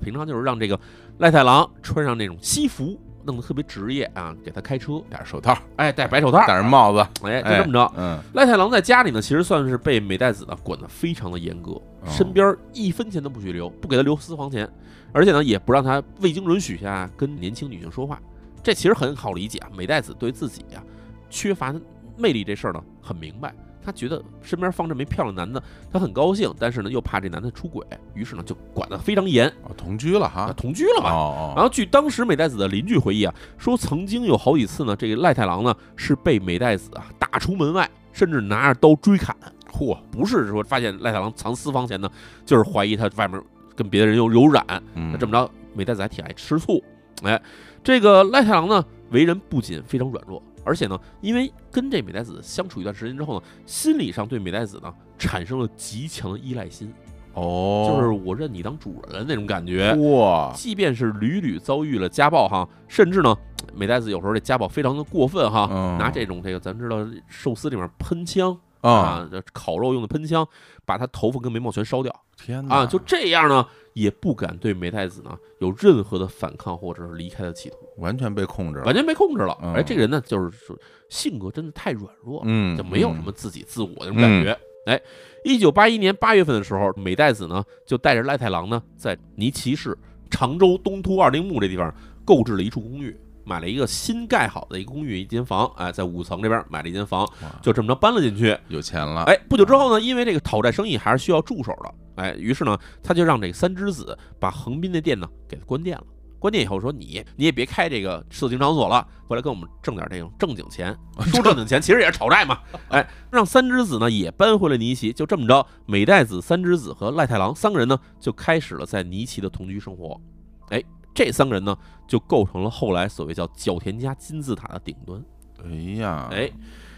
A: 平常就是让这个赖太郎穿上那种西服，弄得特别职业啊，给他开车，
B: 戴着手套，
A: 哎，戴白手套，
B: 戴着帽子，
A: 哎，就
B: 哎
A: 这么着。
B: 嗯，
A: 赖太郎在家里呢，其实算是被美代子呢管得非常的严格，身边一分钱都不许留，不给他留私房钱，而且呢也不让他未经允许下跟年轻女性说话。这其实很好理解啊，美代子对自己啊缺乏魅力这事儿呢很明白，她觉得身边放这么一漂亮男的，她很高兴，但是呢又怕这男的出轨，于是呢就管得非常严
B: 哦同居了
A: 啊，
B: 哈，
A: 同居了嘛。啊
B: 哦
A: 然
B: 哦，
A: 后据当时美代子的邻居回忆啊，说曾经有好几次呢，这个赖太郎呢是被美代子啊打出门外，甚至拿着刀追砍。嚯，不是说发现赖太郎藏私房钱呢，就是怀疑他外面跟别的人有有染。那
B: 嗯
A: 这么着，美代子还挺爱吃醋。哎，这个赖太郎呢，为人不仅非常软弱，而且呢，因为跟这美代子相处一段时间之后呢，心理上对美代子呢产生了极强的依赖心，
B: 哦，
A: 就是我认你当主人的那种感觉。
B: 嚯，
A: 啊即便是屡屡遭遇了家暴哈，甚至呢，美代子有时候这家暴非常的过分哈，
B: 嗯
A: 拿这种这个咱知道寿司里面喷枪
B: 啊，
A: 啊，这烤肉用的喷枪，把他头发跟眉毛全烧掉
B: 天哪
A: 啊，就这样呢，也不敢对美代子呢有任何的反抗或者是离开的企图，
B: 完全被控制了，
A: 完全被控制了。
B: 嗯
A: 哎，这个人呢，就是说性格真的太软弱了，
B: 嗯，
A: 就没有什么自己自我的那种感觉。哎，一九八一年八月份的时候，美代子呢就带着赖太郎呢，在尼崎市常州东突二丁目这地方购置了一处公寓，买了一个新盖好的一个公寓一间房，哎，在五层这边买了一间房，
B: 哇
A: 就这么着搬了进去。
B: 嗯有钱了，
A: 哎，不久之后呢，因为这个讨债生意还是需要助手的，哎，于是呢，他就让这个三之子把横滨的店呢给他关店了。关店以后说你你也别开这个色情场所了，回来跟我们挣点这种正经钱。说正经钱其实也是讨债嘛。哎，让三之子呢也搬回了尼奇，就这么着，美代子、三之子和赖太郎三个人呢就开始了在尼奇的同居生活。哎，这三个人呢就构成了后来所谓叫角田家金字塔的顶端。
B: 哎呀，
A: 哎，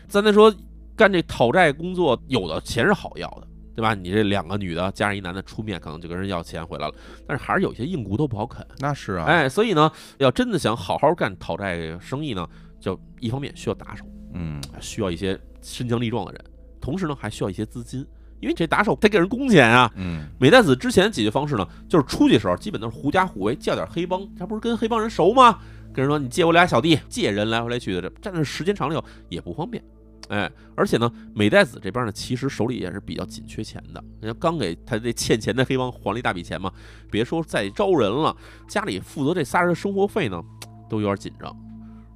A: 咱再说干这讨债工作，有的钱是好要的，对吧？你这两个女的加上一男的出面，可能就跟人要钱回来了，但是还是有些硬骨头不好啃。
B: 那是啊，，
A: 哎，所以呢，要真的想好好干讨债生意呢，就一方面需要打手，
B: 嗯，
A: 需要一些身强力壮的人，同时呢还需要一些资金，因为这打手得给人工钱啊。
B: 嗯，
A: 美代子之前的解决方式呢，就是出去的时候基本都是狐假虎威，叫点黑帮，他不是跟黑帮人熟吗？跟人说你借我俩小弟，借人来回来去的，这站那时间长了以后也不方便。哎，而且呢，美代子这边呢，其实手里也是比较紧缺钱的，人家刚给他这欠钱的黑帮还了一大笔钱嘛，别说再招人了，家里负责这仨人的生活费呢，都有点紧张。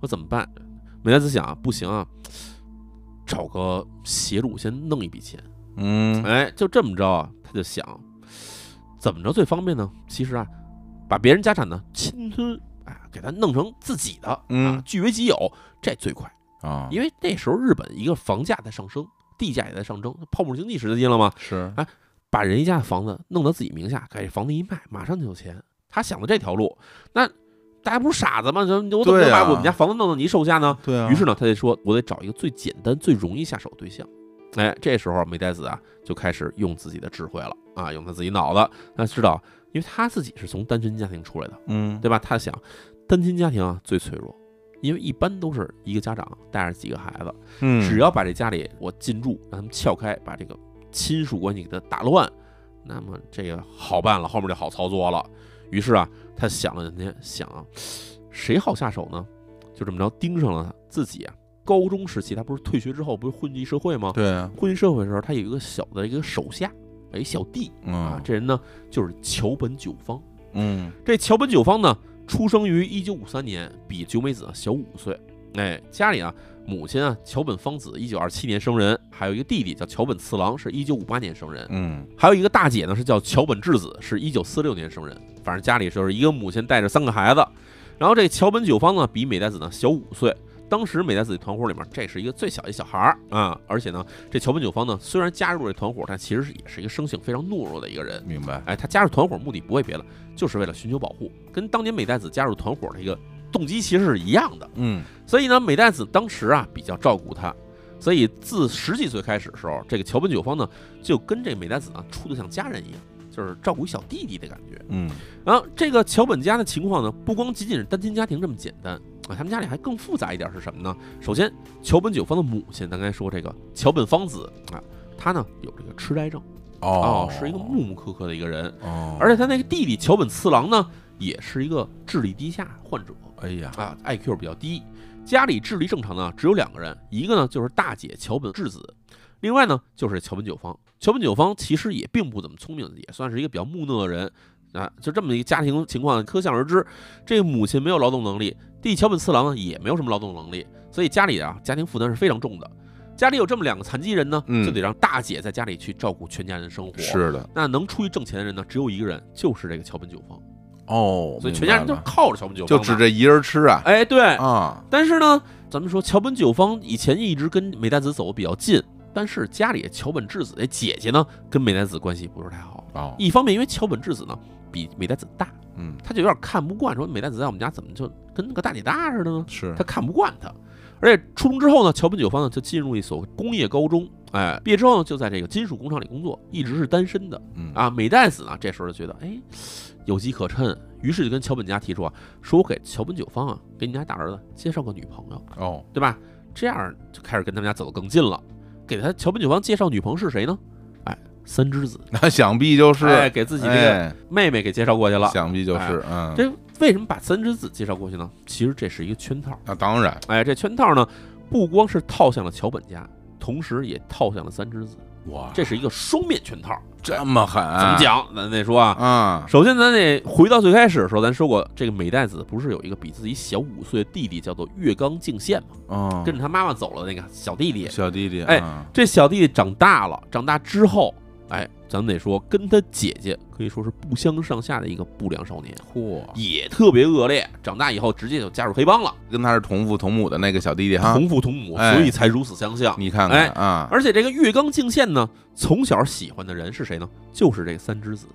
A: 说怎么办？美代子想啊，不行啊，找个邪主先弄一笔钱。
B: 嗯
A: 哎，就这么着啊，他就想怎么着最方便呢？其实啊，把别人家产呢侵吞，哎，给他弄成自己的，啊
B: 嗯，
A: 据为己有，这最快。哎
B: 啊，
A: 因为那时候日本一个房价在上升，地价也在上升，泡沫经济时代进了吗？
B: 是
A: 把人家的房子弄到自己名下，给这房子一卖，马上就有钱。他想的这条路，那大家不是傻子吗？这我怎么
B: 对
A: 能
B: 啊
A: 把我们家房子弄到你手下呢？
B: 对啊，
A: 于是呢，他就说，我得找一个最简单、最容易下手的对象。哎，这时候美代子啊就开始用自己的智慧了啊，用他自己脑子。他知道，因为他自己是从单身家庭出来的，
B: 嗯
A: 对吧？他想，单亲家庭啊最脆弱，因为一般都是一个家长带着几个孩子，
B: 嗯，
A: 只要把这家里我进驻，让他们撬开，把这个亲属关系给他打乱，那么这个好办了，后面就好操作了。于是啊，他想了两天，想啊，谁好下手呢？就这么着盯上了他自己啊。高中时期他不是退学之后不是混迹社会吗？
B: 对啊，
A: 混迹社会的时候，他有一个小的一个手下，一小弟啊
B: 嗯，
A: 这人呢就是桥本九方。
B: 嗯
A: 这桥本九方呢，出生于一九五三年，比九美子小五岁。哎，家里啊，母亲啊，桥本芳子，一九二七年生人，还有一个弟弟叫桥本次郎，是一九五八年生人，
B: 嗯
A: 还有一个大姐呢是叫桥本智子，是一九四六年生人。反正家里就是一个母亲带着三个孩子。然后这桥本九方呢，比美代子呢小五岁。当时美代子团伙里面，这是一个最小一小孩儿啊，而且呢，这桥本九方呢，虽然加入了这团伙，但其实是也是一个生性非常懦弱的一个人。
B: 明白，
A: 哎，他加入团伙目的不为别的，就是为了寻求保护，跟当年美代子加入团伙的一个动机其实是一样的。
B: 嗯
A: 所以呢，美代子当时啊比较照顾他，所以自十几岁开始的时候，这个桥本九方呢就跟这美代子呢啊处的像家人一样，就是照顾一小弟弟的感觉。
B: 嗯
A: 然后这个桥本家的情况呢，不光仅仅是单亲家庭这么简单啊，他们家里还更复杂一点是什么呢？首先，桥本九方的母亲，咱刚才说这个桥本芳子啊，她呢有这个痴呆症啊
B: 哦，
A: 是一个木木刻刻的一个人。
B: 哦，
A: 而且他那个弟弟桥本次郎呢，也是一个智力低下患者
B: 哎呀，
A: 啊，IQ 比较低，家里智力正常呢只有两个人，一个呢就是大姐桥本智子，另外呢就是桥本九方。桥本九方其实也并不怎么聪明，也算是一个比较木讷的人啊，就这么一个家庭情况，可想而知，这母亲没有劳动能力，弟弟桥本次郎呢也没有什么劳动能力，所以家里啊家庭负担是非常重的。家里有这么两个残疾人呢，
B: 嗯
A: 就得让大姐在家里去照顾全家人生活。
B: 是的，
A: 那能出去挣钱的人呢，只有一个人，就是这个桥本九方，
B: 哦，
A: 所以
B: 明
A: 全家
B: 白
A: 人都
B: 了
A: 靠着桥本九
B: 就
A: 方。
B: 指。这一人吃啊
A: 哎，对。
B: 啊，
A: 但是呢，咱们说桥本九方以前一直跟美代子走的比较近，但是家里桥本智子的姐姐呢，跟美代子关系不是太好。
B: 哦，
A: 一方面，因为桥本智子呢比美代子大，
B: 嗯
A: 他就有点看不惯，说美代子在我们家怎么就跟个大姐大似的呢？
B: 是
A: 他看不惯他。而且初中之后呢，桥本九方呢就进入一所工业高中，哎，毕业之后呢就在这个金属工厂里工作，一直是单身的。
B: 嗯
A: 啊，美代子呢，这时候就觉得哎，有机可乘，于是就跟桥本家提出啊，说我给桥本九方啊，给你们家大儿子介绍个女朋友，
B: 哦
A: 对吧？这样就开始跟他们家走得更近了。给他桥本九方介绍女朋友是谁呢？哎，三之子，
B: 那想必就是
A: 哎，给自己这个
B: 哎
A: 妹妹给介绍过去了。哎
B: 想必就是嗯，
A: 这为什么把三之子介绍过去呢？其实这是一个圈套。
B: 那当然
A: 哎，这圈套呢，不光是套向了桥本家，同时也套向了三之子，
B: 哇，
A: 这是一个双面圈套。
B: 这么狠，
A: 怎么讲？咱得说啊，
B: 啊？
A: 首先，咱得回到最开始的时候，咱说过，这个美代子不是有一个比自己小五岁的弟弟叫做月冈敬宪吗？
B: 哦，
A: 跟着他妈妈走了那个小弟弟，
B: 小弟弟
A: 哎
B: 啊
A: 这小弟弟长大了，长大之后，哎，咱们得说，跟他姐姐可以说是不相上下的一个不良少年，
B: 嚯，
A: 也特别恶劣。长大以后，直接就加入黑帮了，
B: 跟他是同父同母的那个小弟弟哈，
A: 同父同母，
B: 啊哎
A: 所以才如此相像。
B: 你看
A: 哎
B: 看啊，
A: 而且这个月冈敬宪呢，从小喜欢的人是谁呢？就是这个三之子。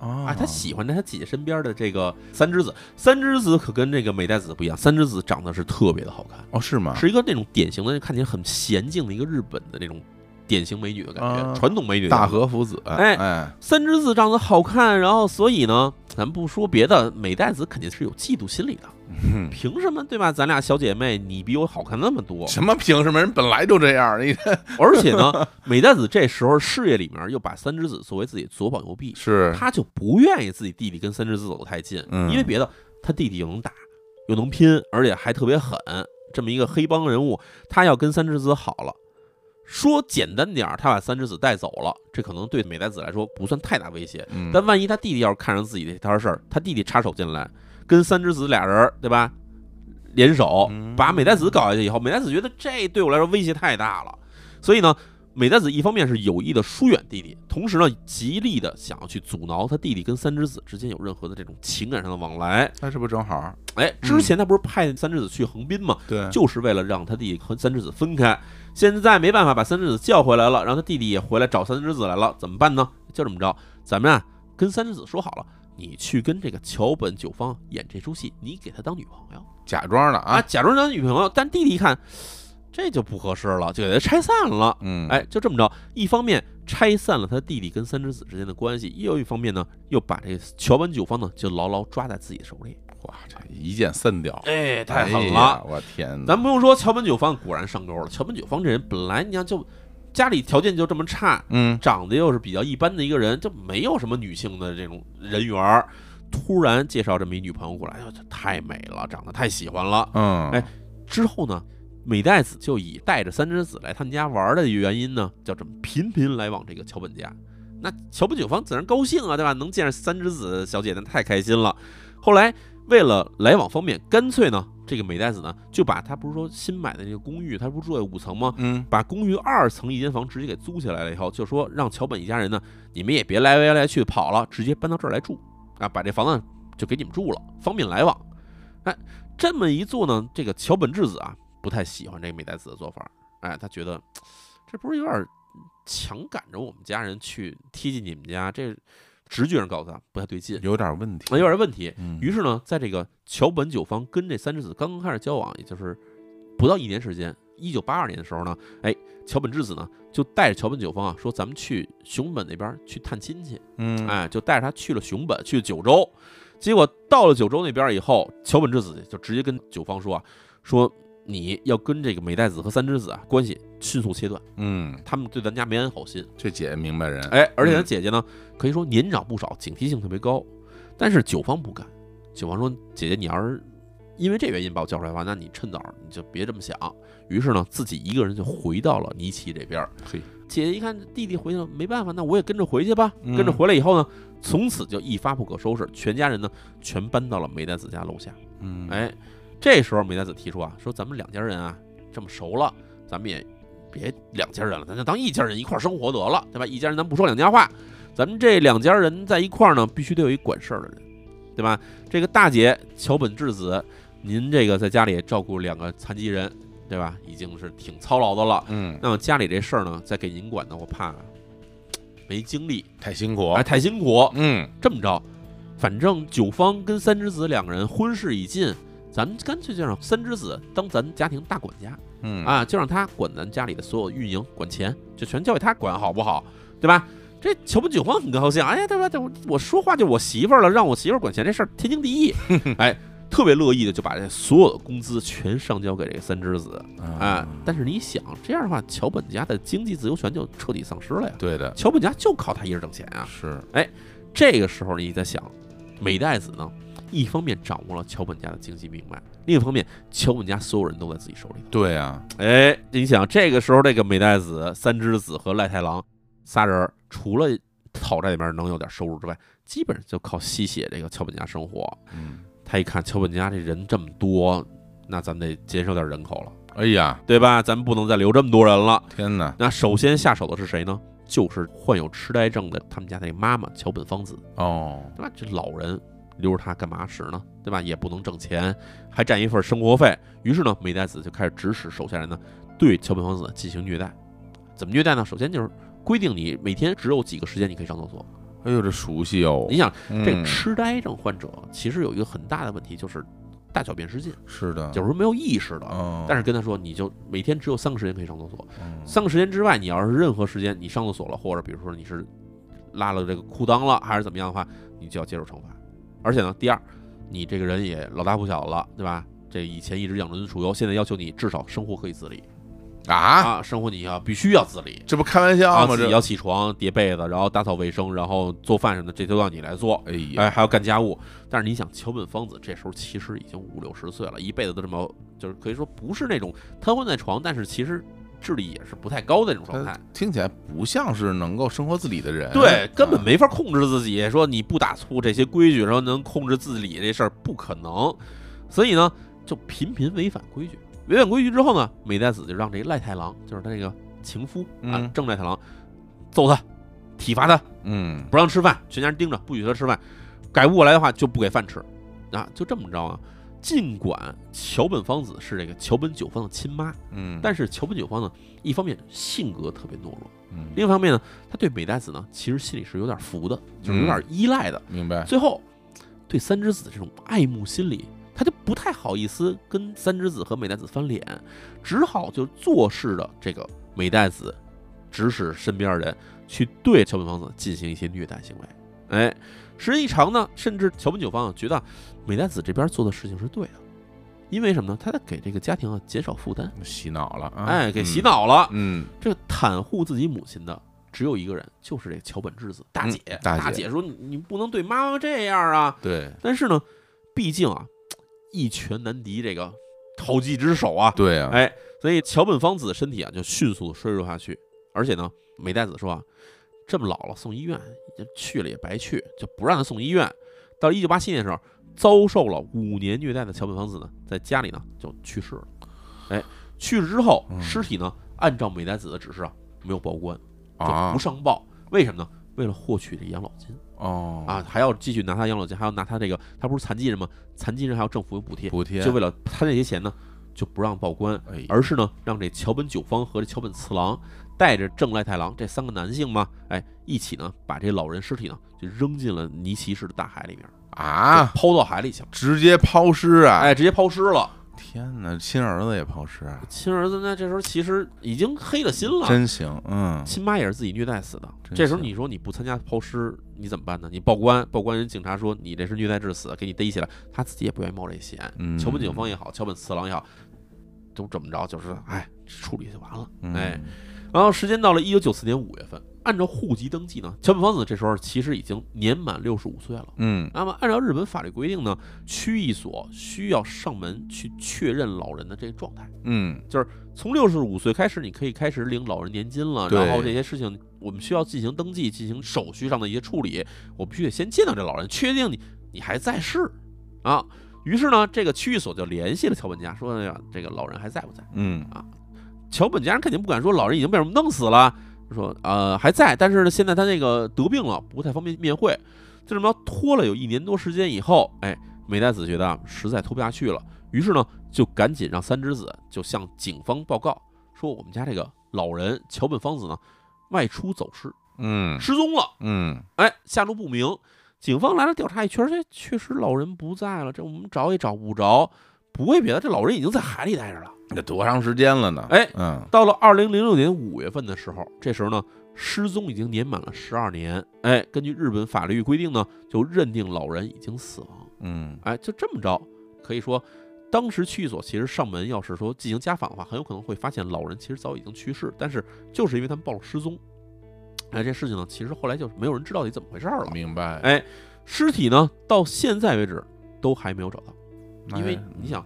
B: 啊
A: 啊，他喜欢在他姐姐身边的这个三之子。三之子可跟这个美代子不一样，三之子长得是特别的好看，
B: 哦是吗？
A: 是一个那种典型的看起来很娴静的一个日本的那种典型美女的感觉，
B: 啊
A: 传统美女。
B: 大，和福子
A: 哎
B: 哎
A: 三之子长得好看，然后所以呢，咱不说别的，美代子肯定是有嫉妒心理的。
B: 哼
A: 凭什么对吧？咱俩小姐妹，你比我好看那么多，
B: 什么凭什么人本来就这样， 你
A: 而且呢，美代子这时候事业里面又把三之子作为自己左膀右臂，
B: 是
A: 他就不愿意自己弟弟跟三之子走得太近，
B: 嗯
A: 因为别的他弟弟又能打又能拼，而且还特别狠，这么一个黑帮人物，他要跟三之子好了。说简单点儿，他把三之子带走了，这可能对美代子来说不算太大威胁。
B: 嗯
A: 但万一他弟弟要是看上自己这摊事儿，他弟弟插手进来，跟三之子俩人儿，对吧？联手
B: 嗯
A: 把美代子搞下去以后，美代子觉得这对我来说威胁太大了，所以呢，美代子一方面是有意的疏远弟弟，同时呢，极力的想要去阻挠他弟弟跟三之子之间有任何的这种情感上的往来。
B: 那这不正好？
A: 哎，之前他不是派三之子去横滨吗？
B: 对，
A: 就是为了让他弟弟和三之子分开。现在没办法把三之子叫回来了，让他弟弟也回来找三之子来了，怎么办呢？就这么着，咱们啊跟三之子说好了，你去跟这个桥本九芳演这出戏，你给她当女朋友
B: 假装的
A: 啊，
B: 啊，
A: 假装当女朋友。但弟弟一看，这就不合适了，就给他拆散了。
B: 嗯，，
A: 哎，就这么着，一方面拆散了他弟弟跟三之子之间的关系，又一方面呢，又把这个桥本九芳呢就牢牢抓在自己手里。
B: 哇，这一箭三雕，
A: 哎，太
B: 哎
A: 狠
B: 呀
A: 了！
B: 我天哪，
A: 咱不用说，桥本九芳果然上钩了。桥本九芳这人本来你看就家里条件就这么差，
B: 嗯，
A: 长得又是比较一般的一个人，就没有什么女性的这种人缘儿。突然介绍这么一女朋友过来，哎呦，这太美了，长得太喜欢了。
B: 嗯，
A: 哎，之后呢，美代子就以带着三之子来他们家玩的原因呢，叫这么频频来往这个桥本家。那桥本九芳自然高兴啊，对吧？能见着三之子小姐，那太开心了。后来为了来往方便，干脆呢，这个美代子呢就把她不是说新买的那个公寓，她不是住在五层吗？
B: 嗯，
A: 把公寓二层一间房直接给租下来了以后，就说让桥本一家人呢，你们也别来来来去跑了，直接搬到这儿来住啊，把这房子就给你们住了，方便来往。哎，这么一做呢，这个桥本智子啊不太喜欢这个美代子的做法，哎，他觉得这不是有点强赶着我们家人去贴近你们家，这直觉上告诉他不太对劲，
B: 有点问题，
A: 嗯有点问题。
B: 嗯，
A: 于是呢，在这个桥本九方跟这三之子刚刚开始交往，也就是不到一年时间，一九八二年的时候呢，哎，桥本智子呢就带着桥本九方啊说，咱们去熊本那边去探亲戚，
B: 嗯，
A: 哎，就带着他去了熊本，去了九州。结果到了九州那边以后，桥本智子就直接跟九方说啊，说你要跟这个美代子和三之子啊关系迅速切断，
B: 嗯，
A: 他们对咱家没安好心。
B: 这姐明白人，
A: 哎，而且他
B: 嗯
A: 姐姐呢，可以说年长不少，警惕性特别高。但是九方不敢，九方说：“姐姐，你要是因为这原因把我叫出来的话，那你趁早你就别这么想。”于是呢，自己一个人就回到了尼奇这边。
B: 嘿，
A: 姐姐一看弟弟回去了，没办法，那我也跟着回去吧。
B: 嗯
A: 跟着回来以后呢，从此就一发不可收拾，全家人呢全搬到了梅代子家楼下。
B: 嗯，，
A: 哎，这时候美代子提出啊，说咱们两家人啊这么熟了，咱们也别两家人了，咱就当一家人一块儿生活得了，对吧？一家人咱不说两家话，咱们这两家人在一块儿呢，必须得有一管事儿的人，对吧？这个大姐桥本智子，您这个在家里照顾两个残疾人，对吧？已经是挺操劳的了。
B: 嗯，
A: 那么家里这事儿呢，再给您管呢，我怕没精力，
B: 太辛苦
A: 哎，，太辛苦。
B: 嗯，
A: 这么着，反正九方跟三之子两个人婚事已尽，咱们干脆就让三之子当咱家庭大管家
B: 嗯，
A: 啊，就让他管咱家里的所有运营、管钱，就全交给他管，好不好？对吧？这桥本九方很高兴，哎呀，对吧？这我我说话就我媳妇儿了，让我媳妇儿管钱这事儿天经地义，哎，特别乐意的就把这所有的工资全上交给这个三之子啊。但是你想，这样的话，桥本家的经济自由权就彻底丧失了呀。
B: 对的，
A: 桥本家就靠他一人挣钱啊，
B: 是，
A: 这个时候你在想，美代子呢，一方面掌握了桥本家的经济命脉，另一方面桥本家所有人都在自己手里头。
B: 对啊，
A: 哎，你想这个时候，这个美代子、三之子和赖太郎仨人儿，除了讨债里面能有点收入之外，基本上就靠吸血这个桥本家生活。
B: 嗯，
A: 他一看桥本家这人这么多，那咱们得减少点人口了，
B: 哎呀，
A: 对吧？咱们不能再留这么多人了。
B: 天哪，
A: 那首先下手的是谁呢？就是患有痴呆症的他们家那个妈妈桥本芳子。
B: 哦，
A: 对吧？这老人留着他干嘛使呢？对吧？也不能挣钱，还占一份生活费。于是呢，美代子就开始指使手下人呢，对桥本芳子进行虐待。怎么虐待呢？首先就是规定你每天只有几个时间你可以上厕所。
B: 哎呦，这熟悉哦，
A: 你想，这
B: 嗯
A: 痴呆症患者其实有一个很大的问题，就是大小便失禁，
B: 是的，
A: 有时候没有意识的。
B: 哦，
A: 但是跟他说，你就每天只有三个时间可以上厕所，
B: 嗯
A: 三个时间之外，你要是任何时间你上厕所了，或者比如说你是拉了这个裤裆了，还是怎么样的话，你就要接受惩罚。而且呢，第二，你这个人也老大不小了，对吧？这以前一直养尊处优，现在要求你至少生活可以自理
B: 啊，
A: 啊，生活你要必须要自理
B: 这不开玩
A: 啊，
B: 笑吗？
A: 自
B: 这
A: 己要起床、叠被子，然后打扫卫生，然后做饭什么的，这都要你来做。
B: 哎呀，
A: 哎，还要干家务。但是你想，桥本芳子这时候其实已经五六十岁了，一辈子都这么，就是可以说不是那种瘫痪在床，但是其实智力也是不太高的那种状态
B: 他。听起来不像是能够生活自理的人，
A: 对，根本
B: 啊
A: 没法控制自己。说你不打醋这些规矩，然后能控制自理这事儿不可能。所以呢，就频频违反规矩。违反规矩之后呢，美代子就让这赖太郎，就是他这个情夫啊
B: 嗯，
A: 正赖太郎，揍他，体罚他，
B: 嗯
A: 不让吃饭，全家人盯着，不许他吃饭。改不过来的话，就不给饭吃。啊，就这么着啊。尽管桥本芳子是这个桥本九方的亲妈，
B: 嗯
A: 但是桥本九方呢，一方面性格特别懦弱，
B: 嗯
A: 另一方面呢，他对美代子呢，其实心里是有点服的，就是有
B: 嗯
A: 点依赖的。
B: 明白，
A: 最后，对三之子这种爱慕心理，他就不太好意思跟三之子和美代子翻脸，只好就坐视着这个美代子指使身边人去对桥本芳子进行一些虐待行为。哎，时间一长呢，甚至桥本九方啊觉得美代子这边做的事情是对的，因为什么呢？他在给这个家庭啊减少负担，
B: 洗脑了啊，
A: 哎，给洗
B: 嗯，
A: 脑了。
B: 嗯
A: 这个袒护自己母亲的只有一个人，就是这个桥本智子大姐。
B: 嗯大
A: 大
B: 姐
A: 说你：“你不能对妈妈这样啊
B: 对！”
A: 但是呢，毕竟啊，一拳难敌这个投机之手啊。
B: 对啊，
A: 哎，所以桥本芳子的身体啊就迅速衰弱下去，而且呢，美代子说啊，这么老了送医院，也去了也白去，就不让他送医院。到一九八七年的时候，遭受了五年虐待的桥本芳子呢，在家里呢就去世了。哎，去世之后，
B: 嗯
A: 尸体呢按照美代子的指示啊，没有报关，就
B: 啊
A: 不上报。为什么呢？为了获取这养老金
B: 哦
A: 啊，还要继续拿他养老金，还要拿他这个，他不是残疾人吗？残疾人还要政府有补贴，
B: 补贴
A: 就为了他这些钱呢，就不让报关。
B: 哎
A: 而是呢，让这桥本九方和这桥本次郎带着正赖太郎这三个男性嘛，哎，一起呢把这老人尸体呢就扔进了尼奇市的大海里面
B: 啊，
A: 抛到海里去了，
B: 直接抛尸啊！
A: 哎，直接抛尸了。
B: 天哪，亲儿子也抛尸啊，
A: 亲儿子呢，这时候其实已经黑了心了，
B: 真行，嗯，
A: 亲妈也是自己虐待死的。
B: 真
A: 这时候
B: 是
A: 你说你不参加抛尸，你怎么办呢？你报官，报官人警察说你这是虐待致死，给你逮起来，他自己也不愿意冒这险。
B: 嗯
A: 桥本警方也好，桥本次郎也好，都这么着，就是哎，处理就完了，
B: 嗯
A: 哎。，然后时间到了一九九四年五月份，按照户籍登记呢，桥本芳子这时候其实已经年满六十五岁了。
B: 嗯
A: 那么按照日本法律规定呢，区役所需要上门去确认老人的这个状态。
B: 嗯
A: 从六十五岁开始，你可以开始领老人年金了。
B: 对
A: 然后这些事情我们需要进行登记，进行手续上的一些处理。我必须得先见到这老人，确定你你还在世啊。于是呢，这个区域所就联系了桥本家，说：“哎呀，这个老人还在不在？”
B: 嗯
A: 桥本家人肯定不敢说老人已经被我们弄死了，说呃还在，但是呢现在他那个得病了，不太方便面会。就这么着拖了有一年多时间以后，哎，美代子觉得啊实在拖不下去了，于是呢就赶紧让三之子就向警方报告说我们家这个老人桥本芳子呢外出走失，
B: 嗯
A: 失踪了，
B: 嗯，
A: 哎下落不明。警方来了调查一圈，这确实老人不在了，这我们找也找不着。不为别的，这老人已经在海里待着了。
B: 这多长时间了呢？
A: 哎
B: 嗯
A: 到了二零零六年五月份的时候，这时候呢，失踪已经年满了十二年。哎，根据日本法律规定呢，就认定老人已经死亡。
B: 嗯
A: 哎，就这么着，可以说，当时区域所其实上门要是说进行家访的话，很有可能会发现老人其实早已经去世，但是就是因为他们暴露失踪，哎，这事情呢，其实后来就没有人知道底怎么回事儿了。
B: 明白，
A: 哎，尸体呢，到现在为止都还没有找到，因
B: 哎
A: 为你想。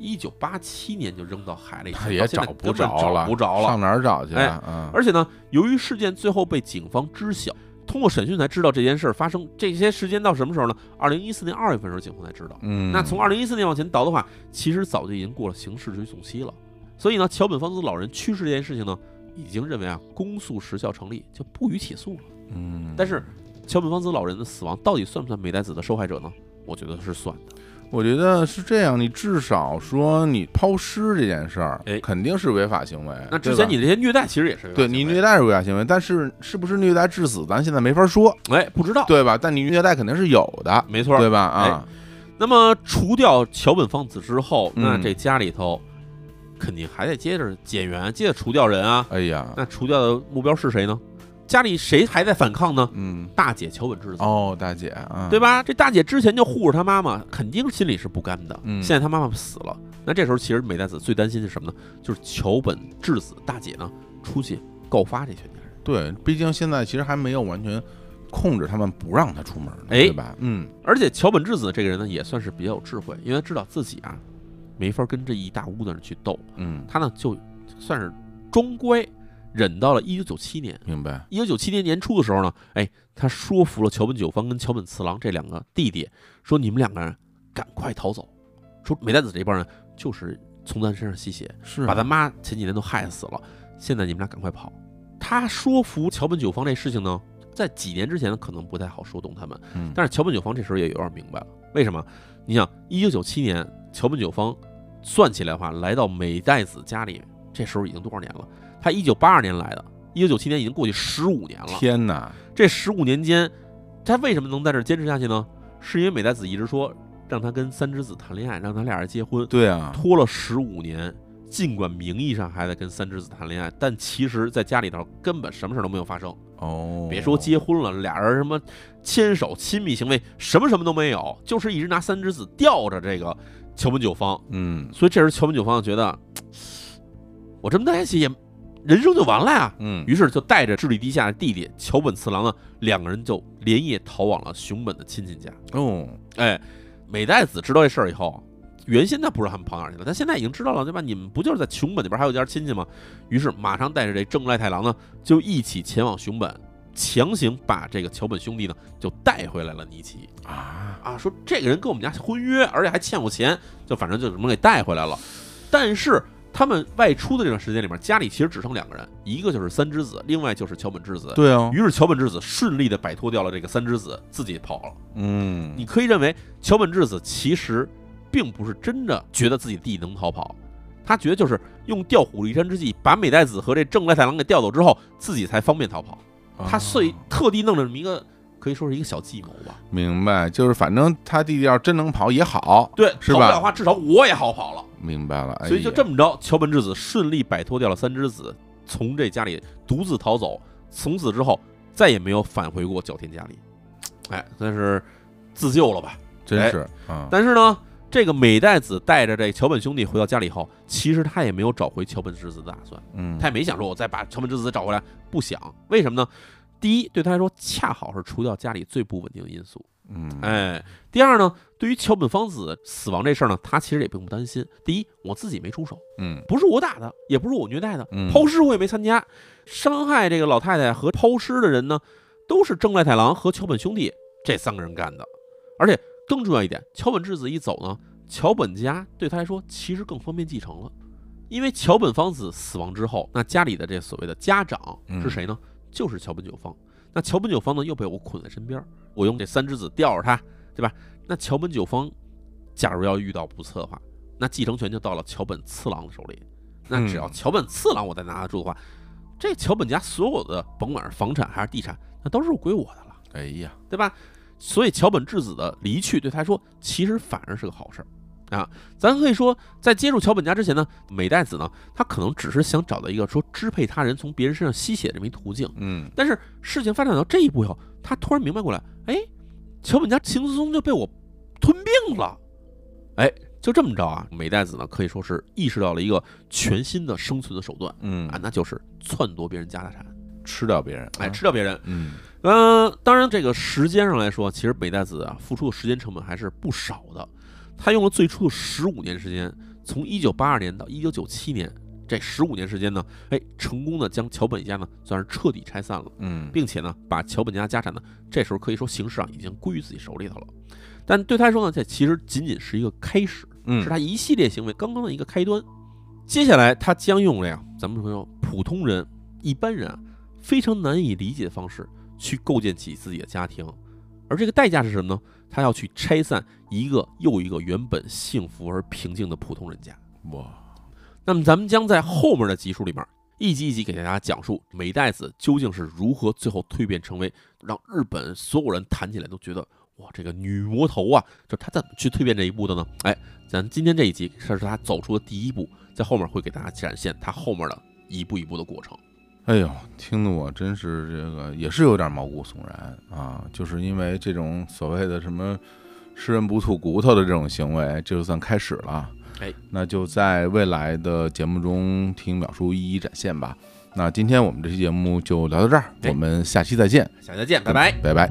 A: 一九八七年就扔到海里去了，
B: 他也
A: 到现在
B: 找
A: 根
B: 不
A: 本找
B: 了，
A: 不着了，
B: 上哪儿找去？
A: 哎
B: 啊？嗯
A: 而且呢，由于事件最后被警方知晓，通过审讯才知道这件事儿发生。这些时间到什么时候呢？二零一四年二月份时候，警方才知道。
B: 嗯，
A: 那从二零一四年往前倒的话，其实早就已经过了刑事追诉期了。所以呢，桥本芳子老人去世这件事情呢，已经认为啊公诉时效成立，就不予起诉了。
B: 嗯，
A: 但是，桥本芳子老人的死亡到底算不算美代子的受害者呢？我觉得是算的。
B: 我觉得是这样，你至少说你抛尸这件事儿
A: 哎，
B: 肯定是违法行为。
A: 那之
B: 哎对
A: 前
B: 吧
A: 你这些虐待其实也是
B: 对你虐
A: 虐
B: 待是违法行为，但是是不是虐待致死，咱现在没法说，
A: 哎不知道，
B: 对吧？但你虐待肯定是有的，
A: 没错，
B: 对吧？啊，
A: 那么除掉桥本芳子之后，
B: 嗯
A: 那这家里头肯定还得接着减员，接着除掉人啊。
B: 哎呀，
A: 那除掉的目标是谁呢？家里谁还在反抗呢？
B: 嗯，
A: 大姐桥本智子，
B: 哦，大姐
C: 嗯
B: 啊，
A: 对？吧？这大姐之前就护着她妈妈，肯定心里是不甘的。
B: 嗯
A: 现在她妈妈死了，那这时候其实美代子最担心的是什么呢？就是桥本智子大姐呢出去告发这全家人。
B: 对，毕竟现在其实还没有完全控制他们不让他出门呢，
A: 哎
B: 对吧？嗯，
A: 而且桥本智子这个人呢，也算是比较有智慧，因为他知道自己啊没法跟这一大屋子人去斗，
B: 嗯，
A: 他呢就算是终归忍到了一九九七年。
B: 明白。
A: 一九九七年年初的时候呢，哎，他说服了桥本九方跟桥本次郎这两个弟弟，说你们两个人赶快逃走，说美代子这帮人就是从咱身上吸血，
B: 是
C: 啊
B: 啊
A: 把咱妈前几年都害死了，现在你们俩赶快跑。他说服桥本九方这事情呢，在几年之前可能不太好说动他们，
B: 嗯
A: 但是桥本九方这时候也有点明白了，为什么？你想，一九九七年，桥本九方算起来的话，来到美代子家里，这时候已经多少年了？他一九八二年来的，一九九七年已经过去十五年了。
C: 天哪，
A: 这十五年间，他为什么能在这儿坚持下去呢？是因为美代子一直说让他跟三之子谈恋爱，让他俩人结婚，
C: 对啊，
A: 拖了十五年。尽管名义上还在跟三之子谈恋爱，但其实在家里头根本什么事儿都没有发生。
C: 哦，
A: 别说结婚了，俩人什么牵手、亲密行为，什么什么都没有，就是一直拿三之子吊着这个桥本九方。
C: 嗯
A: 所以这时候桥本九方就觉得，我这么在一起也人生就完了呀。
C: 嗯，
A: 于是就带着智力低下的弟弟桥本次郎呢，两个人就连夜逃往了熊本的亲戚家。
C: 哦，
A: 哎，美代子知道这事儿以后，原先他不知道他们跑哪儿去了，他现在已经知道了，对吧？你们不就是在熊本那边还有一家亲戚吗？于是马上带着这正赖太郎呢，就一起前往熊本，强行把这个桥本兄弟呢就带回来了尼奇
C: 啊，
A: 啊，说这个人跟我们家婚约，而且还欠我钱，就反正就怎么给带回来了。但是他们外出的这段时间里面，家里其实只剩两个人，一个就是三之子，另外就是桥本之子。
C: 对哦，
A: 于是桥本之子顺利的摆脱掉了这个三之子，自己跑了。
C: 嗯，
A: 你可以认为桥本智子其实并不是真的觉得自己弟弟能逃跑，他觉得就是用调虎离山之计把美代子和这正赖太郎给调走之后，自己才方便逃跑。他所以
C: 啊
A: 特地弄了这么一个，可以说是一个小计谋吧。
C: 明白，就是反正他弟弟要真能跑也好，
A: 对，
C: 是
A: 逃不
C: 吧
A: 了的话，至少我也好跑了。
C: 明白了，哎
A: 所以就这
C: 么
A: 么着，桥本智子顺利摆脱掉了三之子，从这家里独自逃走。从此之后，再也没有返回过角田家里。哎，算是自救了吧。
C: 真是啊，
A: 哎但是呢，这个美代子带着这桥本兄弟回到家里以后，其实他也没有找回桥本之子的打算，
C: 嗯，
A: 他也没想说我再把桥本之子找回来，不想。为什么呢？第一，对他来说恰好是除掉家里最不稳定的因素。
C: 嗯，
A: 哎，第二呢，对于桥本芳子死亡这事儿呢，他其实也并不担心。第一，我自己没出手，
C: 嗯，
A: 不是我打的，也不是我虐待的，
C: 嗯
A: 抛尸我也没参加。伤害这个老太太和抛尸的人呢，都是正赖太郎和桥本兄弟这三个人干的。而且更重要一点，桥本智子一走呢，桥本家对他来说其实更方便继承了，因为桥本芳子死亡之后，那家里的这所谓的家长
C: 嗯
A: 是谁呢？就是桥本九方。那桥本九方呢，又被我捆在身边儿，我用这三之子吊着他，对吧？那桥本九方，假如要遇到不测的话，那继承权就到了桥本次郎的手里。那只要
C: 嗯
A: 桥本次郎我再拿得住的话，这桥本家所有的甭管是房产还是地产，那都是归我的了。
C: 哎呀，
A: 对吧？所以桥本智子的离去对他来说，其实反而是个好事儿啊。咱可以说，在接触桥本家之前呢，美代子呢，他可能只是想找到一个说支配他人从别人身上吸血这么一途径。
C: 嗯，
A: 但是事情发展到这一步以后，他突然明白过来，哎，桥本家轻松松就被我吞并了。哎，就这么着啊，美代子呢可以说是意识到了一个全新的生存的手段
C: 嗯
A: 啊，，那就是篡夺别人家的产，
C: 吃掉别人，
A: 哎，
C: 啊
A: 吃掉别人。
C: 嗯，
A: 嗯，当然，这个时间上来说，其实北代子啊付出的时间成本还是不少的。他用了最初的十五年时间，从一九八二年到一九九七年这十五年时间呢，哎，成功的将桥本一家呢算是彻底拆散了，
C: 嗯，
A: 并且呢把桥本家家产呢，这时候可以说形式上已经归于自己手里头了。但对他来说呢，这其实仅仅是一个开始，
C: 嗯
A: 是他一系列行为刚刚的一个开端。接下来，他将用这样咱们说普通人、一般人啊非常难以理解的方式，去构建起自己的家庭。而这个代价是什么呢？他要去拆散一个又一个原本幸福而平静的普通人家。
C: 哇，
A: 那么，咱们将在后面的集数里面一集一集给大家讲述美代子究竟是如何最后蜕变成为让日本所有人谈起来都觉得哇，这个女魔头啊，就她怎么去蜕变这一步的呢？哎，咱今天这一集这是她走出的第一步，在后面会给大家展现她后面的一步一步的过程。
C: 哎呦，听得我真是这个也是有点毛骨悚然啊！就是因为这种所谓的什么吃人不吐骨头的这种行为，这就算开始了。
A: 哎，
C: 那就在未来的节目中听淼叔一一展现吧。那今天我们这期节目就聊到这儿，
A: 哎
C: 我们下期再见，
A: 下期再见，拜拜。
C: 拜拜。